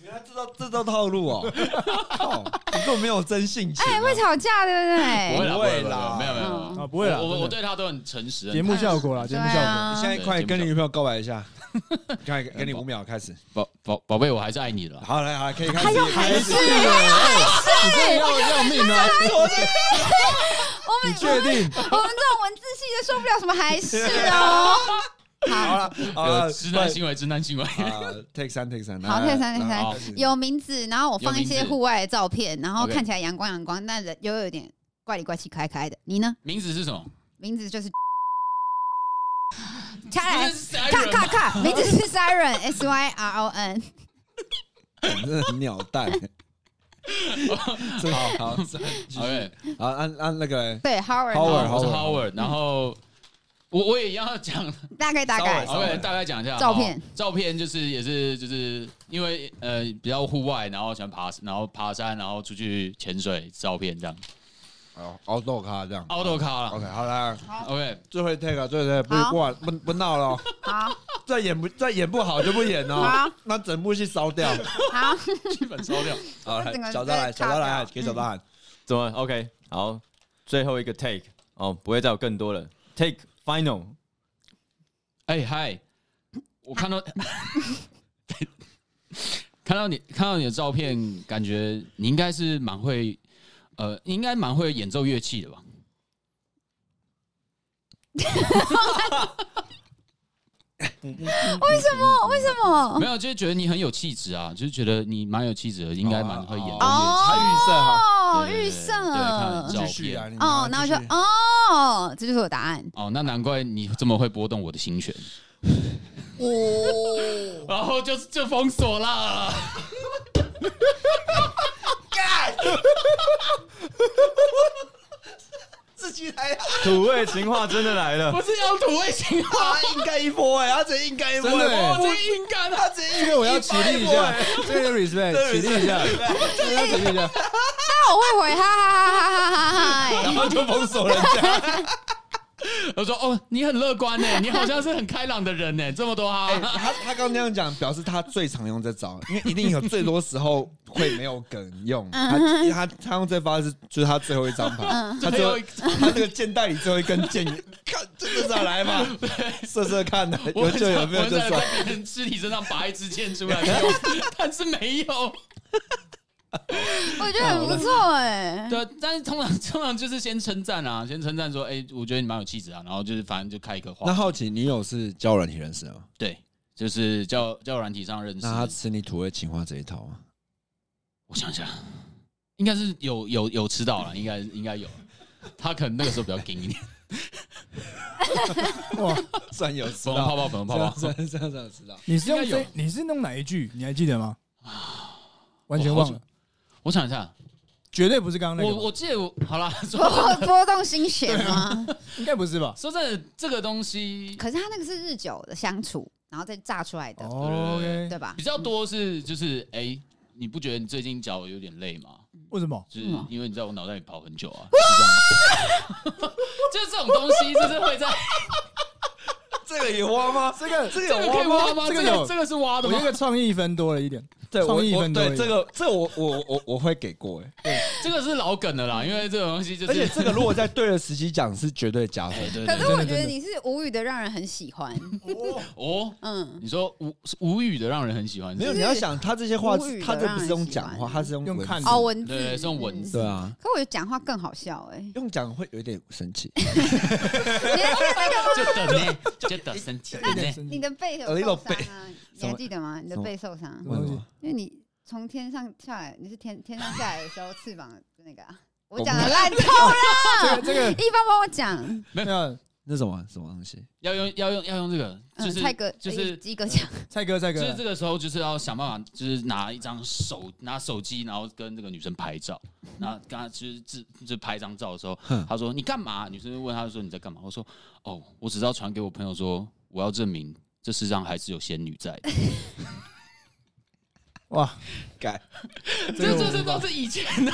S4: 原来这都这都套路哦，靠你根本没有真性情啊。
S5: 哎，会吵架，对不
S6: 不
S4: 不
S5: 对？
S6: 会啦，不会
S4: 会
S6: 啦，
S4: 啦
S6: 没有没有没有
S7: 啊，不会啦
S6: 我我我
S7: 真的
S6: 对她都很诚实。啊
S7: 节目效果啦，节
S5: 对
S7: 目效果，
S5: 啊
S4: 你现，在快跟你女朋友告白一 下，看给你五秒开始。
S6: 宝宝宝贝，我还是爱你的啦。
S4: 好，来，好，来可以开始。还有
S5: 还是
S7: 你这要要命啊！
S5: 我
S7: 你
S5: 们
S7: 确
S5: 我
S7: 定？
S5: 们这种文字系的受不了什么还是哦。
S4: 好了，好
S6: 有
S4: 了，
S6: 直男行为，直男行为。
S4: 啊，take 三，take 三，
S5: 好，
S4: 来
S5: 退三退
S4: 来
S5: 三
S6: 好，
S5: 有名字，然后我放一
S6: 有
S5: 些
S6: 名字
S5: 户外的照片，然后
S6: OK
S5: 看起来阳光阳光，但人又有点怪里怪气、开开的。你呢？
S6: 名字是什么？
S5: 名字就是掐
S6: 不
S5: 来
S6: 是。Siren
S5: 咔咔
S6: 吗
S5: 咔，名字是 Siren S Y R O N，
S4: 你真的很鸟蛋。欸好好继续
S6: OK，
S4: 好，按按那个欸
S5: 对 Howard，
S4: Howard，
S6: 我是 Howard，然后我我也要讲
S5: 大概大概
S4: 稍微
S6: OK，大概讲一下
S5: 照片
S6: 好照片就是也是就是因为呃比较户外，然后喜欢爬，然后爬山，然后出去潜水，照片这样。
S4: 哦，奥豆卡这样。
S6: 奥豆卡了
S4: OK，好啦，
S6: ，OK，
S4: 最会 take 啊，最会 take，不是
S5: 好
S4: 不玩不不闹了哦，
S5: 好
S4: 再演不再演不好就不演哦
S5: 好，
S4: 那整部戏烧 掉。
S5: 好，
S6: 基本烧掉。
S4: 好，来
S5: 整个
S4: 小张来，
S5: 直接
S4: 小张
S5: 卡掉
S4: 来，给小张喊。
S8: 怎么？OK，好，最后一个 Take，哦，不会再有更多了，Take Final，
S6: 哎嗨，我看到 看到你看到你的照片，感觉你应该是蛮会呃，应该蛮会演奏乐器的吧？
S5: 为什么？为什么
S6: 没？有，就是觉得你很有气质啊，就是觉得你蛮有气质的，应该蛮会演的。
S5: 哦，
S10: 预设好
S5: 哦，
S6: 对
S5: 预
S6: 对对
S5: 设。
S6: 对看照
S10: 继续啊，
S6: 片。
S10: 你
S5: 哦，然后就
S10: 继续
S5: 哦，这就是我答案。
S6: 哦，那难怪你这么会波动我的心弦，
S1: 哦，
S6: 然后就就封锁啦。
S10: 自己来啊，
S8: 土味情话真的来了
S6: 不，是要土味情话，
S10: 他硬干一波哎，他直接硬干一波，
S7: 真的
S10: 哎
S6: 我
S7: 欸
S6: 这硬干啊！
S10: 直接
S7: 这个我要起立一下，这个 respect，起立一下，
S6: 啊
S7: 这个要起立一下。
S5: 那我会回哈哈哈哈哈哈哈
S10: 然
S5: 哈。
S10: 后就封锁人家，
S6: 我说哦，你很乐观呢，你好像是很开朗的人欸呢，这么多
S4: 哎，
S6: 哈。
S4: 他他刚那样讲，表示他最常用这招，因为一定有最多时候会没有梗用。他他他用这发是就是他最后一张牌，
S6: 嗯
S4: 他最后
S6: 最后一
S4: 他这个箭袋里最后一根箭，看真的再来吧，射射看的，有就有没有就
S6: 我很
S4: 算
S6: 想。在别人尸体身上拔一支箭出 来用，但是没有。
S5: 我觉得很不错哎。
S6: 对，啊但是通常通常就是先称赞啊，先称赞说，哎，我觉得你蛮有气质啊，然后就是反正就开一个
S4: 那
S6: 话，
S4: 好奇女友是交友软体认识的吗？
S6: 对，就是叫叫软体上认识
S4: 那。他吃你土味情话这一套吗？
S6: 我想想，应该是有有有吃到了，应该应该有。他可能那个时候比较硬一 点，
S7: 哇，
S4: 算有吃
S6: 粉红泡
S4: 到，
S6: 泡，粉红
S4: 这样算这
S6: 泡泡，
S4: 样算有吃到。
S7: 你是用
S6: 应该
S7: 这
S6: 有？啊
S7: 你是弄哪一句？你还记得吗？完全
S6: 我好
S7: 忘
S6: 久
S7: 了，
S6: 我想一下，
S7: 绝对不是刚刚那
S6: 我
S7: 个吧，
S6: 我记得我好啦，说
S5: 波波动心弦吗？
S7: 应该不是吧？
S6: 说真的，这个东西
S5: 可是他那个是日久的相处，然后再炸出来的，
S7: 哦
S5: 对
S7: OK，
S5: 吧
S6: 比？较多是就是哎、你不觉得你最近脚有点累吗？
S7: 为什么？
S6: 就是
S5: 嗯
S6: 因为你在我脑袋里跑很久啊，是这样吗？ 就是这种东西，就是会在
S10: 这个也挖吗？
S7: 这个这
S6: 这个可以挖吗？这
S7: 这个
S6: 个
S7: 有
S6: 这个是挖的
S7: 我
S6: 吗
S7: 这？个创意分多了一点，
S10: 对，我
S7: 创意
S10: 我
S7: 分多一
S10: 对这
S7: 点
S10: 个这个我我我我会给过哎，
S6: 这个是老梗的啦，因为这种东西就
S4: 欸而且
S6: 是。
S4: 这个如果在对的时机讲，是绝对 加分
S6: 哎，。 对
S5: 可
S6: 对对
S5: 是我觉得你是无语的，让人很喜欢。
S6: 哦，
S5: 嗯，
S6: 你说无是无语的让人很喜欢，
S4: 没有，
S5: 就是
S4: 你要想他这些话
S5: 无语，的
S4: 他这不是用讲
S5: 让人喜
S4: 话，
S5: 欢
S4: 他是用
S7: 用
S4: 文
S7: 看的
S5: 哦，文字
S6: 对是用文字
S5: 嗯
S4: 对啊，
S5: 可我觉得讲话更好笑哎。
S4: 用讲会有点生气
S6: 就等呢，就等身体
S7: 有
S6: 等
S7: 点
S6: 呢。
S7: 生
S5: 你
S7: 气。
S5: 的背有
S4: A
S5: 受
S4: little
S5: 伤啊？你还记得吗？你的
S4: 什么
S5: 背受伤，
S7: 什么东西？
S5: 因为你从天上下来，你是天天上下来的时候，翅膀的那个啊。我讲的烂透
S7: 这
S5: 了
S7: 个，这个
S5: 一般帮我讲，
S7: 没有
S4: 那什么什么东西？
S6: 要用要用要用这个，就
S5: 嗯，
S6: 是
S5: 蔡哥
S6: 就是
S5: 哎鸡哥讲，
S7: 蔡哥，蔡
S6: 就是
S7: 哥
S6: 这个时候就是要想办法，就是拿一张手拿手机，然后跟这个女生拍照。然后跟她就是自就是拍张照的时候，她说你干嘛？女生就问她说你在干嘛？我说哦，我只是要传给我朋友说，我要证明这世上还是有仙女在 的。
S7: 哇，
S4: 改
S6: 这这这都是以前的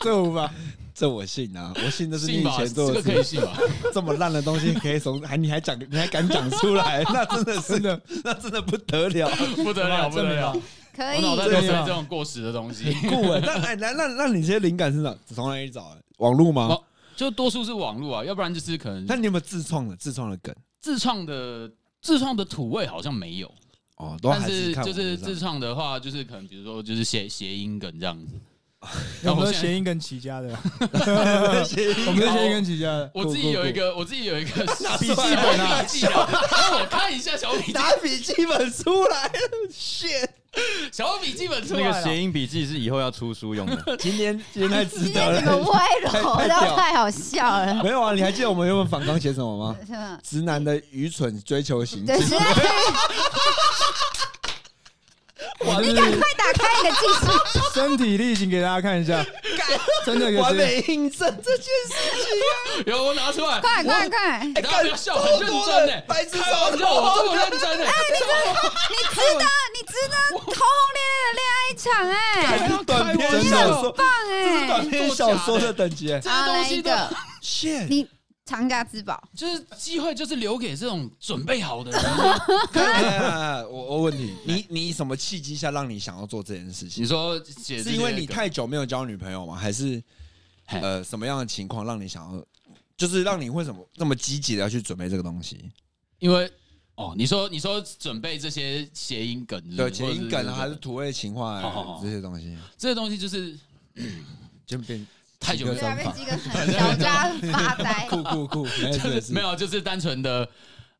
S7: 这无法，
S4: 这我信啊，我信这是你
S6: 信
S4: 以
S6: 吧？
S4: 前做
S6: 这
S4: 的
S6: 个可
S4: 事
S6: 以信吧？
S4: 这么烂的东西，可以从还你还讲你还敢讲出来，那 真的是
S7: 真的
S4: 那真的不得 了。
S6: 不得了，不得了！
S4: 啊
S5: 可
S6: 我
S5: 以
S6: 脑袋都是这种过时的东西，
S4: 酷哎，那哎那那那你这些灵感是哪从哪里找的？网络吗
S6: 网？就多数是网络啊，要不然就是可能
S4: 那你有没有自创的自创的梗？
S6: 自创的自创的土味好像没有。
S4: 哦，都
S6: 但
S4: 还
S6: 是
S4: 看
S6: 就
S4: 网络
S6: 是
S4: 上
S6: 自创的话，就是可能比如说就是谐谐音梗这样子。
S7: 我
S6: 然后我
S7: 们的
S6: 现在
S7: 谐音跟起家 的，我们的谐音跟起家的，
S6: 我自己有一个，我自己有一个小笔
S7: 笔记本 啊
S6: 记啊，让我看一下小笔记，
S10: 拿笔记本出来了，shit！
S6: 小笔记 本出
S8: 那
S6: 来
S8: 个
S6: 了。
S8: 谐音笔记是以后要出书用的。
S4: 今天今天太值
S5: 今
S4: 得
S5: 天整个
S4: 了。
S5: 歪楼
S4: 太太
S5: 到
S4: 屌
S5: 太好笑了，
S4: 没有啊，你还记得我们原本反纲写什么 吗？
S5: 是吧？
S4: 直男的愚蠢追求行
S5: 对，
S4: 径。
S5: 是。你赶快打开你的技术，
S7: 身体力行给大家看一下，真的有
S10: 完
S7: 些
S10: 美印证这件事，
S6: 有我拿出来，
S5: 快快快！你
S10: 哎
S6: 大家不要笑，很认真呢。
S10: 白痴
S6: 开玩笑，我这么认真欸呢。
S5: 值得，你值得轰轰烈烈的恋爱一场哎、
S10: 短篇
S7: 真
S10: 小
S7: 的
S10: 说，
S5: 棒哎、
S10: 短篇小说的等级。
S6: 这
S5: 好
S6: 些东
S5: 来一
S6: 西
S5: 个
S6: 的，
S5: 你藏家之宝，
S6: 就是机会，就是留给这种准备好的人。啊
S4: 哎我我问你，你你什么契机下让你想要做这件事
S6: 你
S4: 情？
S6: 说写这
S4: 是
S6: 些
S4: 因为你
S6: 梗
S4: 太久没有交女朋友吗？还是
S6: 嘿
S4: 呃什么样的情况让你想要，就是让你为什么那么积极的要去准备这个东西？
S6: 因为哦，你说你说准备这些谐音梗是不是，
S4: 对，谐音梗啊，
S6: 或
S4: 还
S6: 者
S4: 是土味情话
S6: 好好
S4: 啊
S6: 好
S4: 这些东西，
S6: 这些东西就是
S4: 就变
S6: 太久没
S5: 对啊，
S4: 想
S5: 被
S4: 法
S5: 鸡哥很小家 发呆。
S4: 酷酷 酷，哎没有
S6: 就是没
S4: 有。
S6: 有，就是单纯的，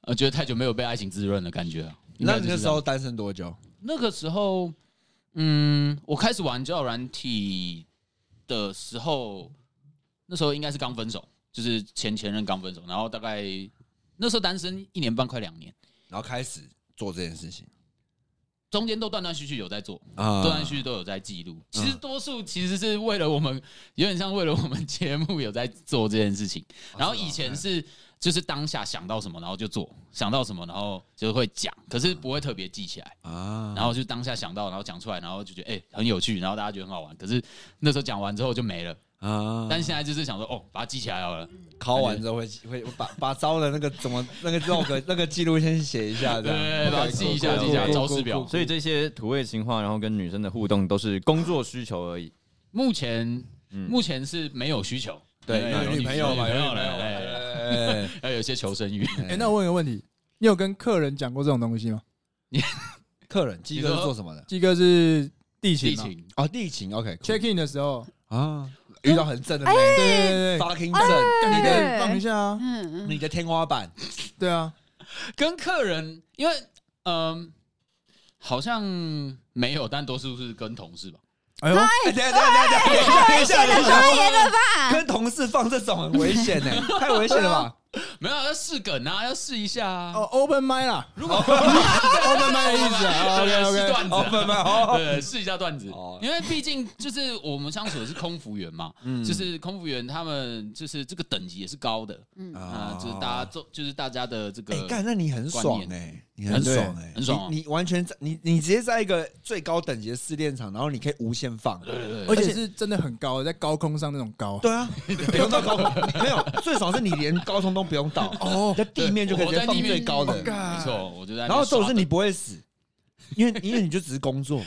S6: 呃，觉得太久没有被爱情滋润的感觉啊。应
S4: 那
S6: 该
S4: 你
S6: 就
S4: 那
S6: 是
S4: 时
S6: 这样
S4: 候单身多久？
S6: 那个时候，嗯，我开始玩交友软体的时候，那时候应该是刚分手，就是前前任刚分手，然后大概那时候单身一年半，快两年，
S4: 然后开始做这件事情
S6: 中间都断断续续有在做，
S4: 啊
S6: 断断续续都有在记录。其实多数其实是为了我们，有点像为了我们节目有在做这件事情。然后以前是就是当下想到什么，然后就做；想到什么，然后就会讲，可是不会特别记起来。
S4: 啊，
S6: 然后就当下想到，然后讲出来，然后就觉得哎、很有趣，然后大家觉得很好玩。可是那时候讲完之后就没了，
S4: 啊，
S6: 但现在就是想说哦，把它记起来好了。
S4: 考完之后会会把把招的那个怎么那个 log 那个记录先写一下，这
S6: 对
S4: 样
S6: 对对，把它记一下，
S8: 酷
S6: 记一下
S8: 酷
S6: 招式表。
S8: 所以这些土味情话，然后跟女生的互动都是工作需求而已。
S6: 目前
S8: 嗯
S6: 目前是没有需求，
S4: 对，
S6: 有
S4: 有女朋友嘛，
S6: 有
S4: 有
S6: 女
S4: 女朋友
S6: 朋友了
S4: 嘛，
S6: 哎哎
S4: 哎，
S6: 哎有一些求生欲。
S4: 哎
S7: 哎，那我问个问题，你有跟客人讲过这种东西吗？
S4: 客人鸡哥
S6: 你
S4: 是
S6: 说
S4: 做什么的？
S7: 鸡哥是地勤
S6: 疫
S7: 嘛
S6: 情
S4: 哦，地勤，OK，cool
S7: ，check in 的时候，
S4: 啊，遇到很正的妹
S7: 对
S4: 子
S7: 对对对，
S4: ，fucking 正，
S7: 你
S4: 你的
S7: 可以放一下啊，
S5: 嗯嗯，
S4: 你的天花板，
S7: 对啊，
S6: 跟客人，因为嗯、好像没有，但多数是跟同事吧。
S7: 哎呦，
S4: 哎，等一下等一下等一下等一下等一下，
S5: 发言了吧？
S4: 跟同事放这种很危险呢，太危险了吧？
S6: 没有，要试梗啊，要试一下啊。
S7: 哦，open m i 啦，
S6: 如果
S7: open m i 的意思啊
S6: 对
S7: ，OK
S6: 是
S7: OK，
S6: 段子啊，
S4: 们好，
S6: 对，试一下段子
S4: 哦，
S6: 因为毕竟就是我们相处的是空服员嘛，就是空服员他们就是这个等级也是高的，
S5: 嗯，
S6: 啊，就是大家做，就是大家的这
S4: 哎，干，
S6: 个，
S4: 那你很爽
S6: 观
S4: 哎、你
S6: 很
S4: 爽
S6: 爽
S4: 哎、
S6: 很爽啊
S4: 你你完全在你你直接在一个最高等级的试炼场，然后你可以无限放。
S7: 而且是真的很高，在高空上那种高，
S4: 对啊， 不用到高空，没有，最少是你连高空都不用到哦，在地面就可以
S6: 我
S4: 直接
S6: 在
S4: 放
S6: 地面
S4: 最高的
S6: 嗯。没错，我就在那边耍。
S4: 然后重点是你不会死，因为因为你就只是工作。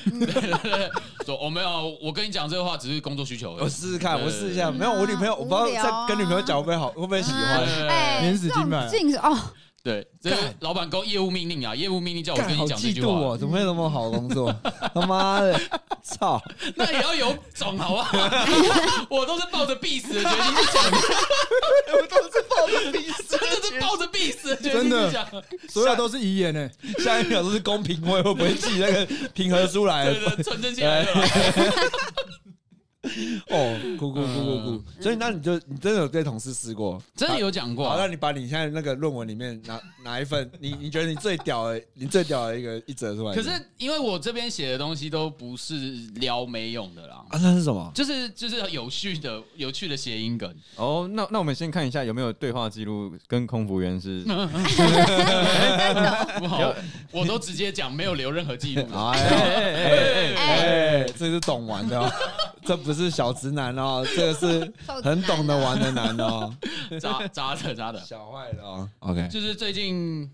S6: 说我没有，我跟你讲这个话只是工作需求 而
S4: 我
S6: 已。
S4: 试试看，
S6: 对
S4: 我试一下。
S5: 对
S4: 没有，我女朋友，我不知道
S5: 无聊啊
S4: 在跟女朋友讲会不会好，会不会喜欢。
S6: 对
S5: 哎，
S7: 免死金牌
S5: 进哦，
S6: 对，这个老板给我业务命令啊，业务命令叫我
S4: 干
S6: 跟
S4: 好
S6: 你讲这
S4: 嫉
S6: 句
S4: 妒
S6: 话，
S4: 哦，怎么会有那么好的工作？他妈的，操！
S6: 那也要有种好 不好？我都是抱着必死的决心去讲，我都是抱着必死，真的是抱着必死的决心去讲。
S7: 所有都是遗言呢。
S4: 下一秒都是公平会会不会记那个平衡出来？
S6: 对对，纯真性来的啦。
S4: 哎哦，哭哭哭哭哭！所以那你就你真的有对同事试过？
S6: 真的有讲过
S4: 好，那
S6: 啊，
S4: 你把你现在那个论文里面 哪哪一份你你觉得你最屌的，你最屌的一个一折出来？
S6: 可是因为我这边写的东西都不是撩没用的啦，
S4: 啊，那是什么？
S6: 就是就是有趣的有趣的谐音梗，
S8: 哦，那那我们先看一下有没有对话记录跟空服员是。
S6: 不好，我都直接讲，没有留任何记录。
S4: 哎哎哎哎，这是懂玩的，哦， 这不是小直男哦，这个是很懂得玩的男哦，
S6: 渣渣的渣的，
S4: 小坏的哦。OK，
S6: 就是最近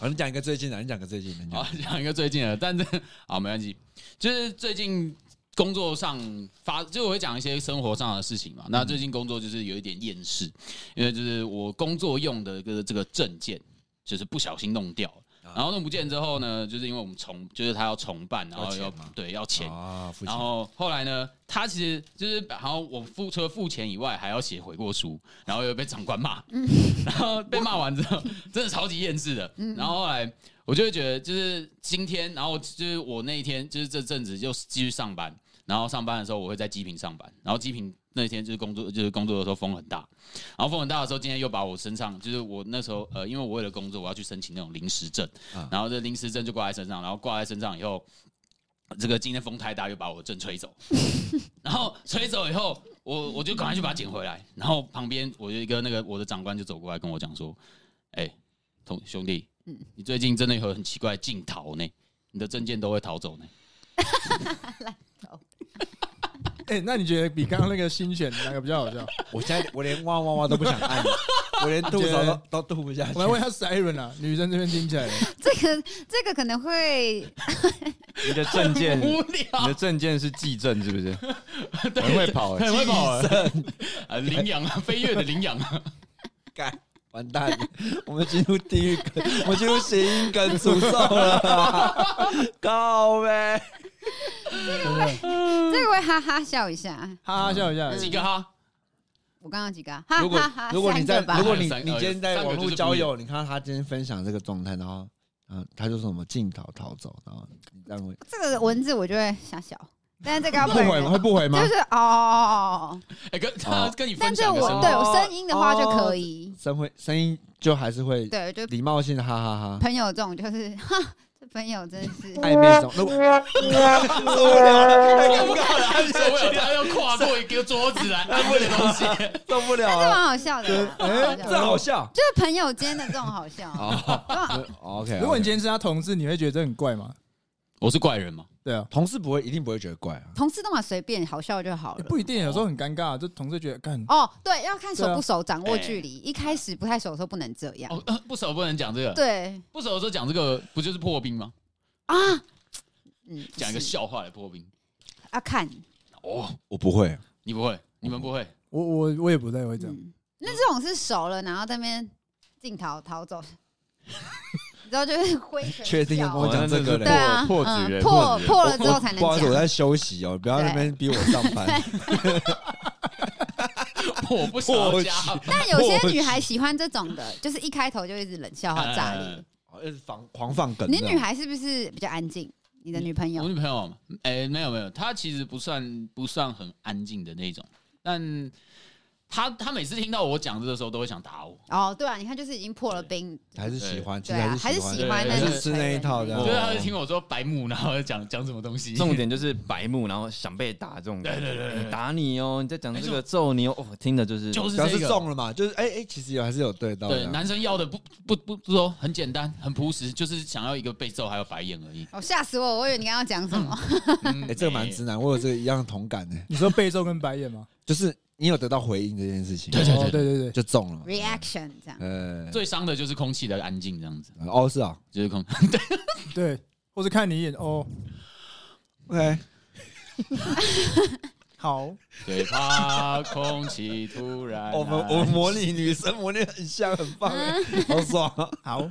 S4: 好，你讲一个最近的，你讲个最近的，你讲
S6: 好 讲一个最近的，但是啊没关系，就是最近工作上发，就我会讲一些生活上的事情嘛。那最近工作就是有一点厌世，因为就是我工作用的这个这个证件，就是不小心弄掉了。
S4: 啊
S6: 然后弄不见之后呢，就是因为我们重，就是他要重办，然后
S4: 要
S6: 要
S4: 钱吗
S6: 对要钱，
S4: 啊，付
S6: 然
S4: 钱
S6: 后后来呢，他其实就是，然后我付除了付钱以外，还要写悔过书，然后又被长官骂，然后被骂完之后，真的超级厌世的。然后后来我就会觉得，就是今天，然后就是我那一天，就是这阵子就继续上班，然后上班的时候我会在基平上班，然后基平那天就是工作，就是工作的时候风很大，然后风很大的时候，今天又把我身上，就是我那时候呃，因为我为了工作，我要去申请那种临时证，然后这临时证就挂在身上，然后挂在身上以后，这个今天风太大，又把我的证吹走， 然后吹走以后，我我就赶快去把它捡回来，然后旁边我有一个那个我的长官就走过来跟我讲说，哎、同兄弟，
S5: 嗯
S6: 你最近真的有很奇怪的镜头呢，你的证件都会逃走呢。
S7: 哎，那你觉得比刚刚那个新选哪个比较好 笑？
S4: 我现在我连哇哇哇都不想 按，我连吐槽都都吐不下去
S7: 我。来问一下 Siren 啊，女生这边听起来，
S5: 这个这个可能会
S8: 你的 证件，
S6: 无
S8: 你
S6: 聊，
S8: 的证件是记证是不是？
S6: 对
S8: 很会跑欸
S6: 很会跑欸， 啊，羚羊啊，飞跃的羚羊啊，
S4: 干，完蛋了， 我们进入地狱梗， 我们进入谐音梗诅咒了， 告 呗！
S5: 这个会哈哈笑一下。
S7: 哈哈笑一下，
S5: 嗯
S6: 几个哈，
S5: 我刚刚几个啊？哈
S4: 如果
S5: 哈哈
S4: 如果你在
S5: 三个吧
S4: 如果你
S6: 三个
S4: 你今天在
S6: 三个
S4: 网
S6: 就
S4: 络
S6: 是
S4: 交
S6: 不一
S4: 友，你看到他今天分享这个状态，然后嗯，他就说什么进逃逃走，然后你让我
S5: 这个文字我就会想笑，但是这个要
S4: 不
S5: 本
S4: 回
S5: 人
S4: 吗？会不回吗
S5: 就？是哦哦哦哦，哦
S6: 哎，跟他跟你分
S5: 但是
S6: 享个
S5: 我
S6: 什么？
S5: 对我声音的话就可以，
S4: 声会声音就还是会
S5: 对，就
S4: 礼貌性的哈哈哈。
S5: 朋友这种就是哈，这朋友真是
S4: 暧昧中，如果
S6: 受不了了，他受不了，他要跨过一个桌子来安慰的东 西。
S4: 受不了
S5: 这
S4: 了，哎
S5: 蛮好笑的啦，
S7: 啊
S5: 蛮
S7: 哎
S5: 好笑
S4: 这
S5: 的
S4: 好笑。
S5: 就是朋友间的这种好笑，
S4: 哦 OK，
S7: 如果你今天是他同事，你会觉得这很怪吗？
S6: 我是怪人吗？
S7: 对啊，
S4: 同事不会一定不会觉得怪啊，
S5: 同事都嘛随便好笑就好了。
S7: 也哎不一定，有时候很尴尬，就同事觉得干
S5: 哦，对，要看
S7: 对
S5: 熟
S7: 啊
S5: 不熟，掌握距离。一开始不太熟的时候不能这样。
S6: 哎啊哦，呃不熟不能讲这
S4: 啊
S6: 个，
S5: 对
S6: 不熟的时候讲这个不就是破冰吗？
S5: 啊，嗯，
S6: 讲一个
S5: 是
S6: 笑话来破冰。
S5: 啊，看，
S6: 哦，
S4: 我不会。
S6: 你不会，你们不会，
S7: 我我我也不太会这样，
S5: 嗯，那这种是熟了，然后在那边进逃逃 走，你知道就是挥拳
S4: 确定要
S5: 笑
S4: 跟我讲这个
S5: 对
S8: 对
S4: 嘞？
S5: 啊，
S8: 破
S5: 嗯
S8: 局了
S5: 破
S8: 破局了
S5: 破了之后才能
S4: 不好意思，我
S5: 讲。
S4: 在休息哦，不要在那边逼我上 班。
S6: 我不熟家。
S5: 但有些女孩喜欢这种的，就是一开头就一直冷笑
S6: 哎
S5: 话炸裂。
S4: 哦一直放狂放梗。
S5: 你女孩是不是比较安静？你的女朋
S6: 我
S5: 友
S6: 女朋友，哎、没有没有，她其实不算不算很安静的那种，但她她每次听到我讲这个时候，都会想打我。
S5: 哦，对啊，你看就是已经破了冰，
S4: 还是喜欢，其
S5: 对
S4: 实
S5: 啊，还
S4: 是
S5: 是
S4: 喜
S5: 喜欢
S6: 对
S5: 那
S4: 还
S5: 种
S4: 是吃那一套的
S6: 我
S4: 哦
S6: 觉得她就听我说白目，然后讲讲什么东西。
S8: 重点就是白目，然后想被打这种感觉。
S6: 对对对对
S8: 哎打你哦，你在讲这个揍你哦，哦，听的就是
S6: 就是
S4: 表
S6: 这
S4: 示
S6: 个。
S4: 中了嘛，就是哎哎，其实有还是有对到
S6: 对，
S4: 的啊。
S6: 男生要的不不不不说很简单，很朴实，就是想要一个被揍还有白眼而已。
S5: 哦，吓死我！我以为你刚刚讲什 么。
S6: 嗯
S4: 哎，这个蛮直男，我有这个一样的同感呢。
S7: 你说背皱跟白眼吗？
S4: 就是你有得到回应这件事情，
S6: 对
S7: 哦对对对，
S4: 就中了嘛。
S5: reaction 这样。
S4: 呃，
S6: 最伤的就是空气的安静，这样子
S4: 哦是啊
S6: 就是空。
S7: 对，或者看你一眼哦，
S4: ，OK，
S7: 好，
S6: 对，怕空气突然安。
S4: 我们我们模拟女生模拟很像，很棒哎，好爽啊！
S7: 好，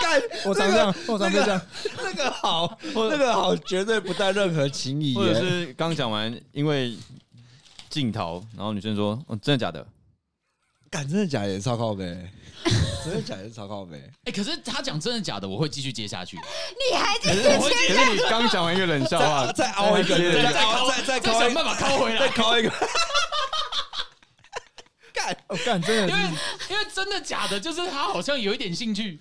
S4: 干，
S7: 我常这样，我常
S4: 那
S7: 这样
S4: 个，那个好，那个好，绝对不带任何情谊
S8: 或者
S4: 耶。
S8: 是刚讲完，因为镜头，然后女生说：“哦，真的假的
S4: 干，真的假的也超靠背，真的假的也超靠背。
S6: 哎、可是他讲真的假的，我会继续接下去。
S5: 你还？”
S8: 可是我可是你刚讲完一个冷笑话
S4: 再，再凹一个，
S8: 对
S4: 再凹再再
S6: 再
S4: 凹
S6: 想
S4: 一个
S6: 办，法靠回
S4: 再
S6: 来，
S4: 凹一个。干，
S7: 我哦干真
S6: 因为
S7: 的
S6: 因为真的假的，就是他好像有一点兴趣，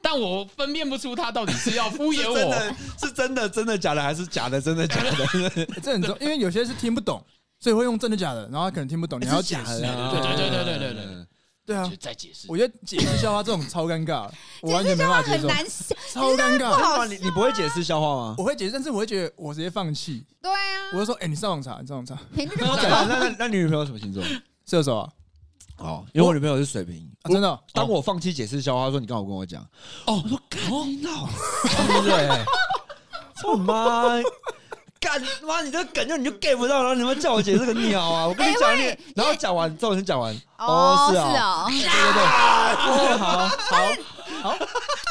S6: 但我分辨不出他到底是要敷
S4: 是
S6: 衍
S4: 真
S6: 我。
S4: 的是真的真的假的，还是假的真的假的？
S7: 这很重，因为有些是听不懂，所以会用真的假的，然后他可能听不懂，你还要解
S6: 对对
S7: 释，
S6: 对对对对对
S4: 对。
S7: 对啊
S6: 就，再解释，
S7: 我觉得解释笑话这种超尴尬，我完全没办法接
S5: 很
S7: 受，
S5: 难笑，
S7: 超尴尬。
S4: 哇， 你你不会解释笑话吗？
S7: 我会解释，但是我会觉得我直接放弃，
S5: 对啊
S7: 我，就说，哎，你上网查，你上网查，
S5: 频率就不
S4: 那
S5: 高。
S4: 那那那你女朋友什么星座？
S7: 射手啊，
S4: 哦，因为我女朋友是水瓶。
S7: 啊真的哦，
S4: 当我放弃解释笑话，她说你刚好跟我讲，
S6: 哦
S4: 我说干你老师哎，我妈干妈你这个梗就你就 get 不到，然后你们叫我解释个鸟啊！我跟你讲你，然后讲完之后你讲完，哦
S5: 是
S4: 是啊，
S5: 哦，
S4: 对对对，哦好好。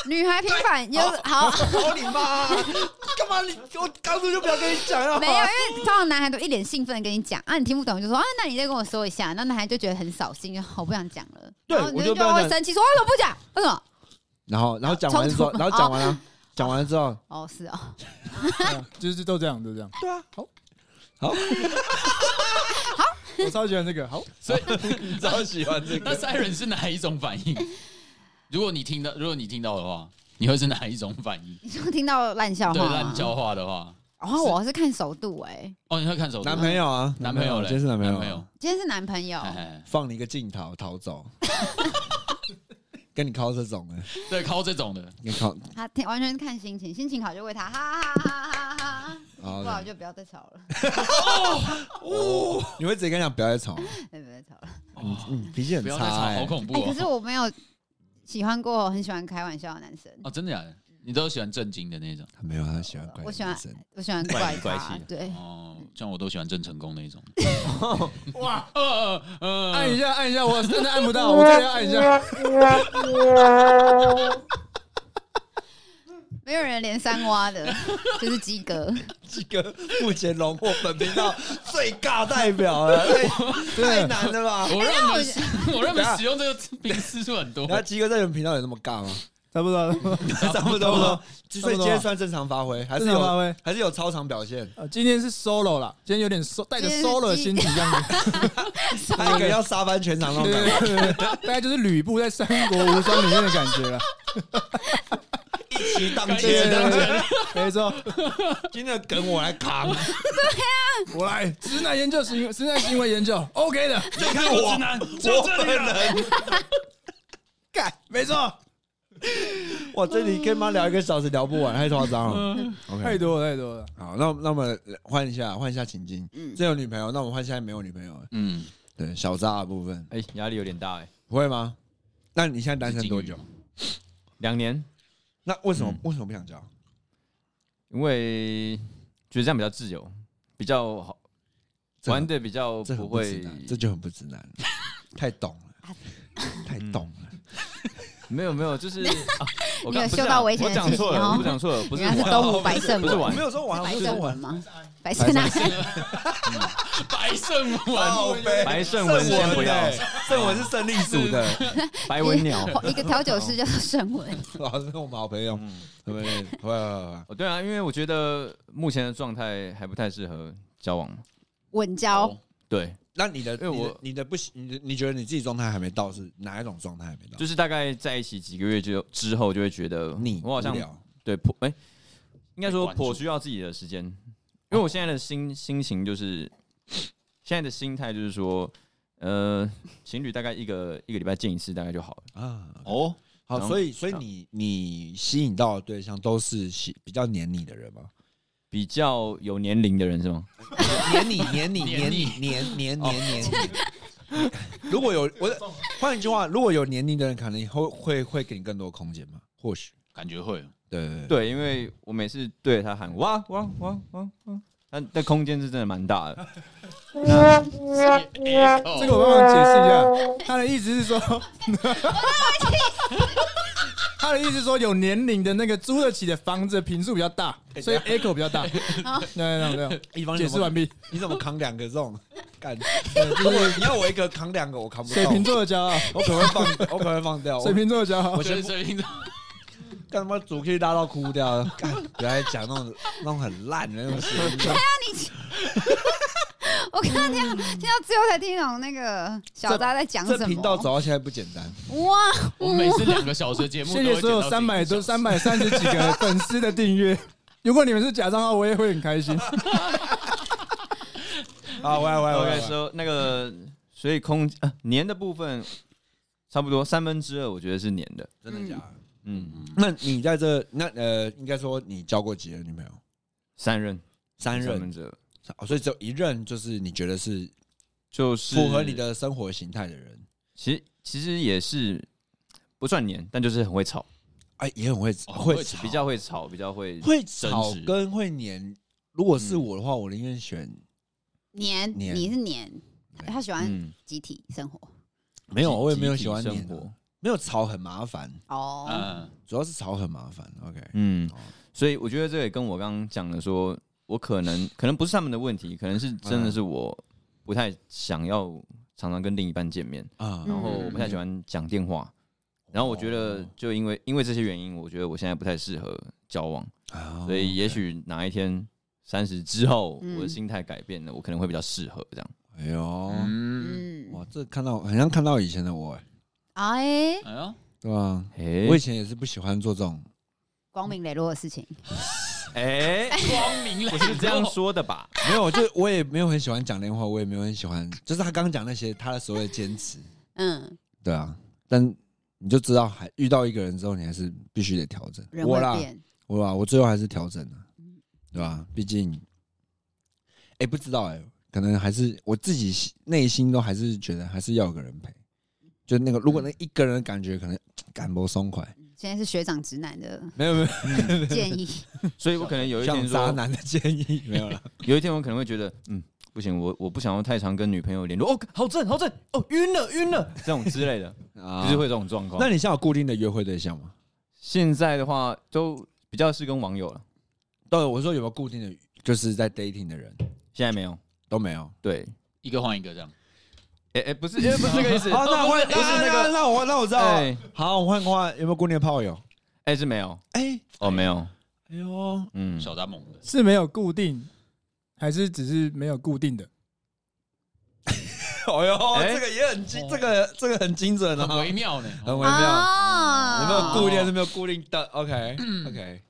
S5: 女孩平反有好
S4: 搞你妈！干嘛你我当初就不要跟你讲了
S5: 没有？因为通常男孩都一脸兴奋的跟你讲啊，你听不懂就说啊，那你再跟我说一下，那男孩就觉得很扫兴，我不想讲了。
S4: 对
S5: 然后
S4: 我
S5: 你
S4: 就
S5: 就
S4: 不要讲
S5: 会生气说为什么不讲？为什么？
S4: 然后，然后讲完之后，
S5: 冲突
S4: 然后讲完了，讲完了之后，
S5: 哦是哦，
S7: 对啊就是都这样，都这样，
S4: 对啊，
S7: 我超喜欢这个，好，
S6: 所以
S4: 你超喜欢这
S6: 那 Siren 是哪一种反应？如果你听到，如果你听到的话，你会是哪一种反应？
S5: 你就听到烂笑
S6: 对
S5: 话吗，
S6: 烂笑话的话，
S5: 然后我是看熟度哎，
S6: 哦，你会看手机
S4: 男朋友啊，
S6: 男朋友嘞
S4: 今天是男朋友，
S6: 男朋友，
S5: 今天是男朋友，
S6: 嘿嘿
S4: 放你一个镜头逃走， 跟你靠这种的，
S6: 对，靠这种的，
S4: 你靠
S5: 他听完全是看心情，心情好就喂他，哈哈哈哈哈哈，不好
S4: 啊，
S5: 就不要再吵了，
S4: 你会直接跟他讲不要再吵，
S5: 不要再吵了。
S4: 你你脾嗯气很
S6: 哦不要
S4: 差
S6: 再吵，好
S4: 欸，
S6: 恐怖
S5: 哎、
S6: 哦
S5: 可！是我没有喜欢过很喜欢开玩笑的男生，
S6: 哦，真的假的？你都喜欢正经的那种
S4: 他没有他喜欢怪
S5: 我喜
S4: 男
S5: 欢
S4: 生，
S5: 我喜欢怪
S8: 怪
S5: 咖
S8: 气的，
S5: 对，
S6: 哦，像我都喜欢郑成功那一种。
S7: 哇，
S6: 呃呃
S7: 按一下，按一下，我真的按不到，我这里要按一下，
S5: 没没有人连三挖的，就是及格。
S3: 这个目前荣获本频道最尬代表
S4: 哎
S3: 了，太太难了吧？
S6: 我认为我认
S3: 等
S6: 为
S3: 一下
S6: 使用这个名次数很多。
S3: 那鸡哥在你们频道有那么尬吗？
S7: 差不多，差不多
S3: 差不多吗？所以今天算正常发挥，还是
S7: 正常发
S3: 有
S7: 挥。
S3: 还是有超常表现？
S7: 呃，今天是 solo 啦，今天有点 solo，带着
S5: 今天是
S7: solo 的心情这样子，
S3: 他一个要杀翻全场那
S7: 对
S3: 种感 觉，
S7: 对对，对大概就是吕布在《三国无双》里面的感觉 了。
S3: 一起当
S6: 一
S3: 街
S6: 起当
S3: 的。
S7: 没错，
S3: 今天的梗我来扛，
S7: 我来直男研究行为，直男行为研究，OK 的，
S3: 你看我，我本人。
S7: 干，没错，
S3: 哇，这里跟妈聊一个小时聊不完，太夸张了。
S6: 嗯
S7: 太
S6: 哎
S4: OK，
S7: 多了太多了。
S4: 好，那那我们换一下，换一下情境。
S11: 嗯
S4: 这有女朋友，那我们换现在没有女朋友。
S6: 嗯，
S4: 对，小渣的部分
S8: 哎，压力有点大哎，
S4: 不会吗？那你现在单身多久？
S8: 两年，
S4: 那为
S8: 嗯
S4: 什么为什么不想交？
S8: 因为觉得这样比较自由，比较好，
S4: 这
S8: 玩的比较
S4: 这很
S8: 不
S4: 不直
S8: 会，
S4: 男，这就很不直男， 太懂了，太懂了。
S8: 没有没有，就是啊
S5: 你有
S8: 我刚不是
S5: 嗅到
S8: 啊
S5: 危险
S8: 我
S5: 的
S8: 讲
S5: 气息
S8: 错
S5: 哦
S8: 了，我讲错了，不是
S5: 原来是
S8: 玩
S5: 东吴白胜
S8: 不是
S5: 文
S8: 玩
S3: 没，有说完，
S5: 白
S3: 我
S5: 胜
S3: 说
S5: 文
S3: 完。
S5: 吗？白胜啊，
S6: 白啊胜
S3: 靠
S6: 文，
S3: 背
S8: 白胜文先不要，
S3: 胜文是胜利组 的，
S8: 白 文鸟。
S5: 哦一个调酒师叫做沈文，
S4: 老是我们 好朋友，
S8: 嗯
S4: 对不对？会会会
S8: 哦，对啊，因为我觉得目前的状态还不太适合交往。
S5: 稳交
S6: 哦
S8: 对，
S4: 那你的，
S8: 因为
S4: 你的
S8: 我
S4: 你的不行，你的你觉得你自己状态还没到是哪一种状态还没到？
S8: 就是大概在一起几个月之后之后，就会觉得
S4: 你
S8: 我好像
S4: 无聊
S8: 对颇哎、应该说
S6: 被关注
S8: 颇需要自己的时间，因为我现在的心心情就是现在的心态就是说，呃，情侣大概一个一个礼拜见一次，大概就好了。
S4: 啊，
S8: 哦，
S4: 好，
S8: 然后
S4: 所以所以
S8: 这样
S4: 你你吸引到的对象都是喜比较黏你的人 吗？
S8: 比较有年龄的人是吗？
S4: 黏你黏你
S6: 黏
S4: 黏
S6: 你
S4: 你黏黏黏
S8: 哦
S4: 黏你。 如果有我的，换一句话，如果有年龄的人，可能会会会给你更多空间嘛？或许，
S6: 感觉会
S4: 对对对，
S8: 对，因为我每次对着他喊哇哇哇哇哇，但但空间是真的蛮 大的。
S6: 哎哦
S7: 这个我帮忙解释一下，他的意思是说，他的意思是说有年龄的那个租得起的房子的坪数比较大，
S6: 哎
S7: 所以 echo 比较大。对对对对，
S4: 一方
S7: 解释完毕。
S4: 你怎么扛两个这种？干，如果你要我一个扛两个，我扛不
S7: 水
S4: 到，
S7: 瓶座的骄傲，
S4: 我可能会放，我可能会放掉。我
S7: 水瓶座的骄傲
S6: 我。觉得水瓶座
S4: 干他妈主 K 拉到哭掉了，干，不要再讲那种那种很烂的那种事情。
S5: 我刚刚听到听到最后才听懂那个小扎在讲什
S4: 这
S5: 么。
S4: 频道走到现在不简单，
S5: 哇，
S6: 我们每次两个小时的节目，
S7: 谢谢所有三百多、三百三十几个粉丝的订阅。如果你们是假账号，我也会很 开心。
S4: 啊，喂喂喂喂，
S8: OK，说那个，所以空呃年的部分差不多三分之二，我觉得是年的。
S4: 真的假的？
S8: 嗯，
S4: 那你在这那呃，应该说你交过几任女朋友？
S8: 三任，
S4: 三
S8: 三
S4: 任，
S8: 分之二，
S4: 哦所以只有一任就是你觉得是
S8: 就是
S4: 符合你。的生活形态的人，
S8: 其实其实也是不算年，但就是很会吵，
S4: 哎，也很会
S6: 哦
S4: 会
S6: 会吵
S8: 比较会吵，比较会
S4: 会
S6: 争
S4: 吵
S6: 执
S4: 跟会黏。如果是我的话，我宁愿选
S5: 年
S4: 年
S5: 你是年，
S4: 对
S5: 他喜欢
S8: 嗯，
S5: 集体生活
S4: 没有，我也没有
S8: 集体
S4: 喜欢黏
S8: 生
S4: 的
S8: 活，，
S4: 没有吵很麻烦，
S5: 哦。
S6: 嗯，
S4: 主要是吵很麻烦。OK，
S8: 嗯
S4: 哦，
S8: 所以我觉得这也跟我刚刚讲的说，我可能可能不是他们的问题，可能是真的是
S4: 嗯
S8: 我不太想要常常跟另一半见面。
S4: 啊，
S5: 嗯
S8: 然后我不太喜欢讲电话，然后我觉
S4: 哦
S8: 得就因为因为这些原因，我觉得我现在不太适合交往，
S4: 哦，
S8: 所以也许哪一天三十之后，
S5: 嗯
S8: 我的心态改变了，我可能会比较适合这样。
S4: 哎呦，
S6: 嗯，
S5: 嗯，
S4: 哇，这看到很像看到以前的我，哎
S5: 哎，
S6: 哎呀，
S4: 对吧？我以
S8: 哎
S4: 前也是不喜欢做这种，
S5: 光明磊落的事情，
S8: 哎，
S6: 光明磊
S8: 不
S6: 落
S8: 是这样，说的 吧？
S4: 没有，就我也没有很喜欢讲电话，我也没有很喜欢，就是他刚刚讲那些他的所谓的坚持，
S5: 嗯，
S4: 对啊，但你就知道，还遇到一个人之后，你还是必须得调整。
S5: 人
S4: 我
S5: 会
S4: 啦，
S5: 变，
S4: 我啦，我最后还是调整了，对吧？毕竟，哎、不知道哎、可能还是我自己心内心都还是觉得还是要有个人陪，就那个如果那一个人的感觉可能感不松快，
S5: 现在是学长直男的
S4: 没有没有，
S5: 建议，
S8: 所以我可能有一
S4: 像
S8: 天
S4: 渣
S8: 说，
S4: 男的建议没有了。
S8: 有一天我可能会觉得，嗯。不行，我我不想要太常跟女朋友联络。哦，好正，好正，哦，晕了，晕了，这种之 类的，
S4: 啊
S8: 就是会有这种状况。
S4: 那你现在有固定的约会对象吗？
S8: 现在的话，都比较是跟网友了，
S4: 对，我说有没有固定的，就是在 dating 的人
S8: 现在没有。
S4: 都没有。
S8: 对，
S6: 一个换一个这样。
S8: 哎哎，不是，哎不是 这个意思。
S12: 好，那
S8: 不
S12: 我
S8: 是不是那
S12: 那
S8: 个，
S12: 那我那我知道了。
S8: 哎
S4: 好，我换换有没有固定的炮友？
S8: 哎是没有，
S12: 哎，
S8: 哦没有，
S12: 哎呦，
S8: 嗯，
S6: 小达猛的，
S7: 是没有固定，还是只是没有固定的？
S12: 哎呦，
S8: 哎
S12: 这个也很精，这个这个很精准
S6: 很
S12: 哦，
S6: 微妙 呢。
S12: 很微妙。有
S5: 啊，
S12: 没有固定？是没有固定的？OK OK，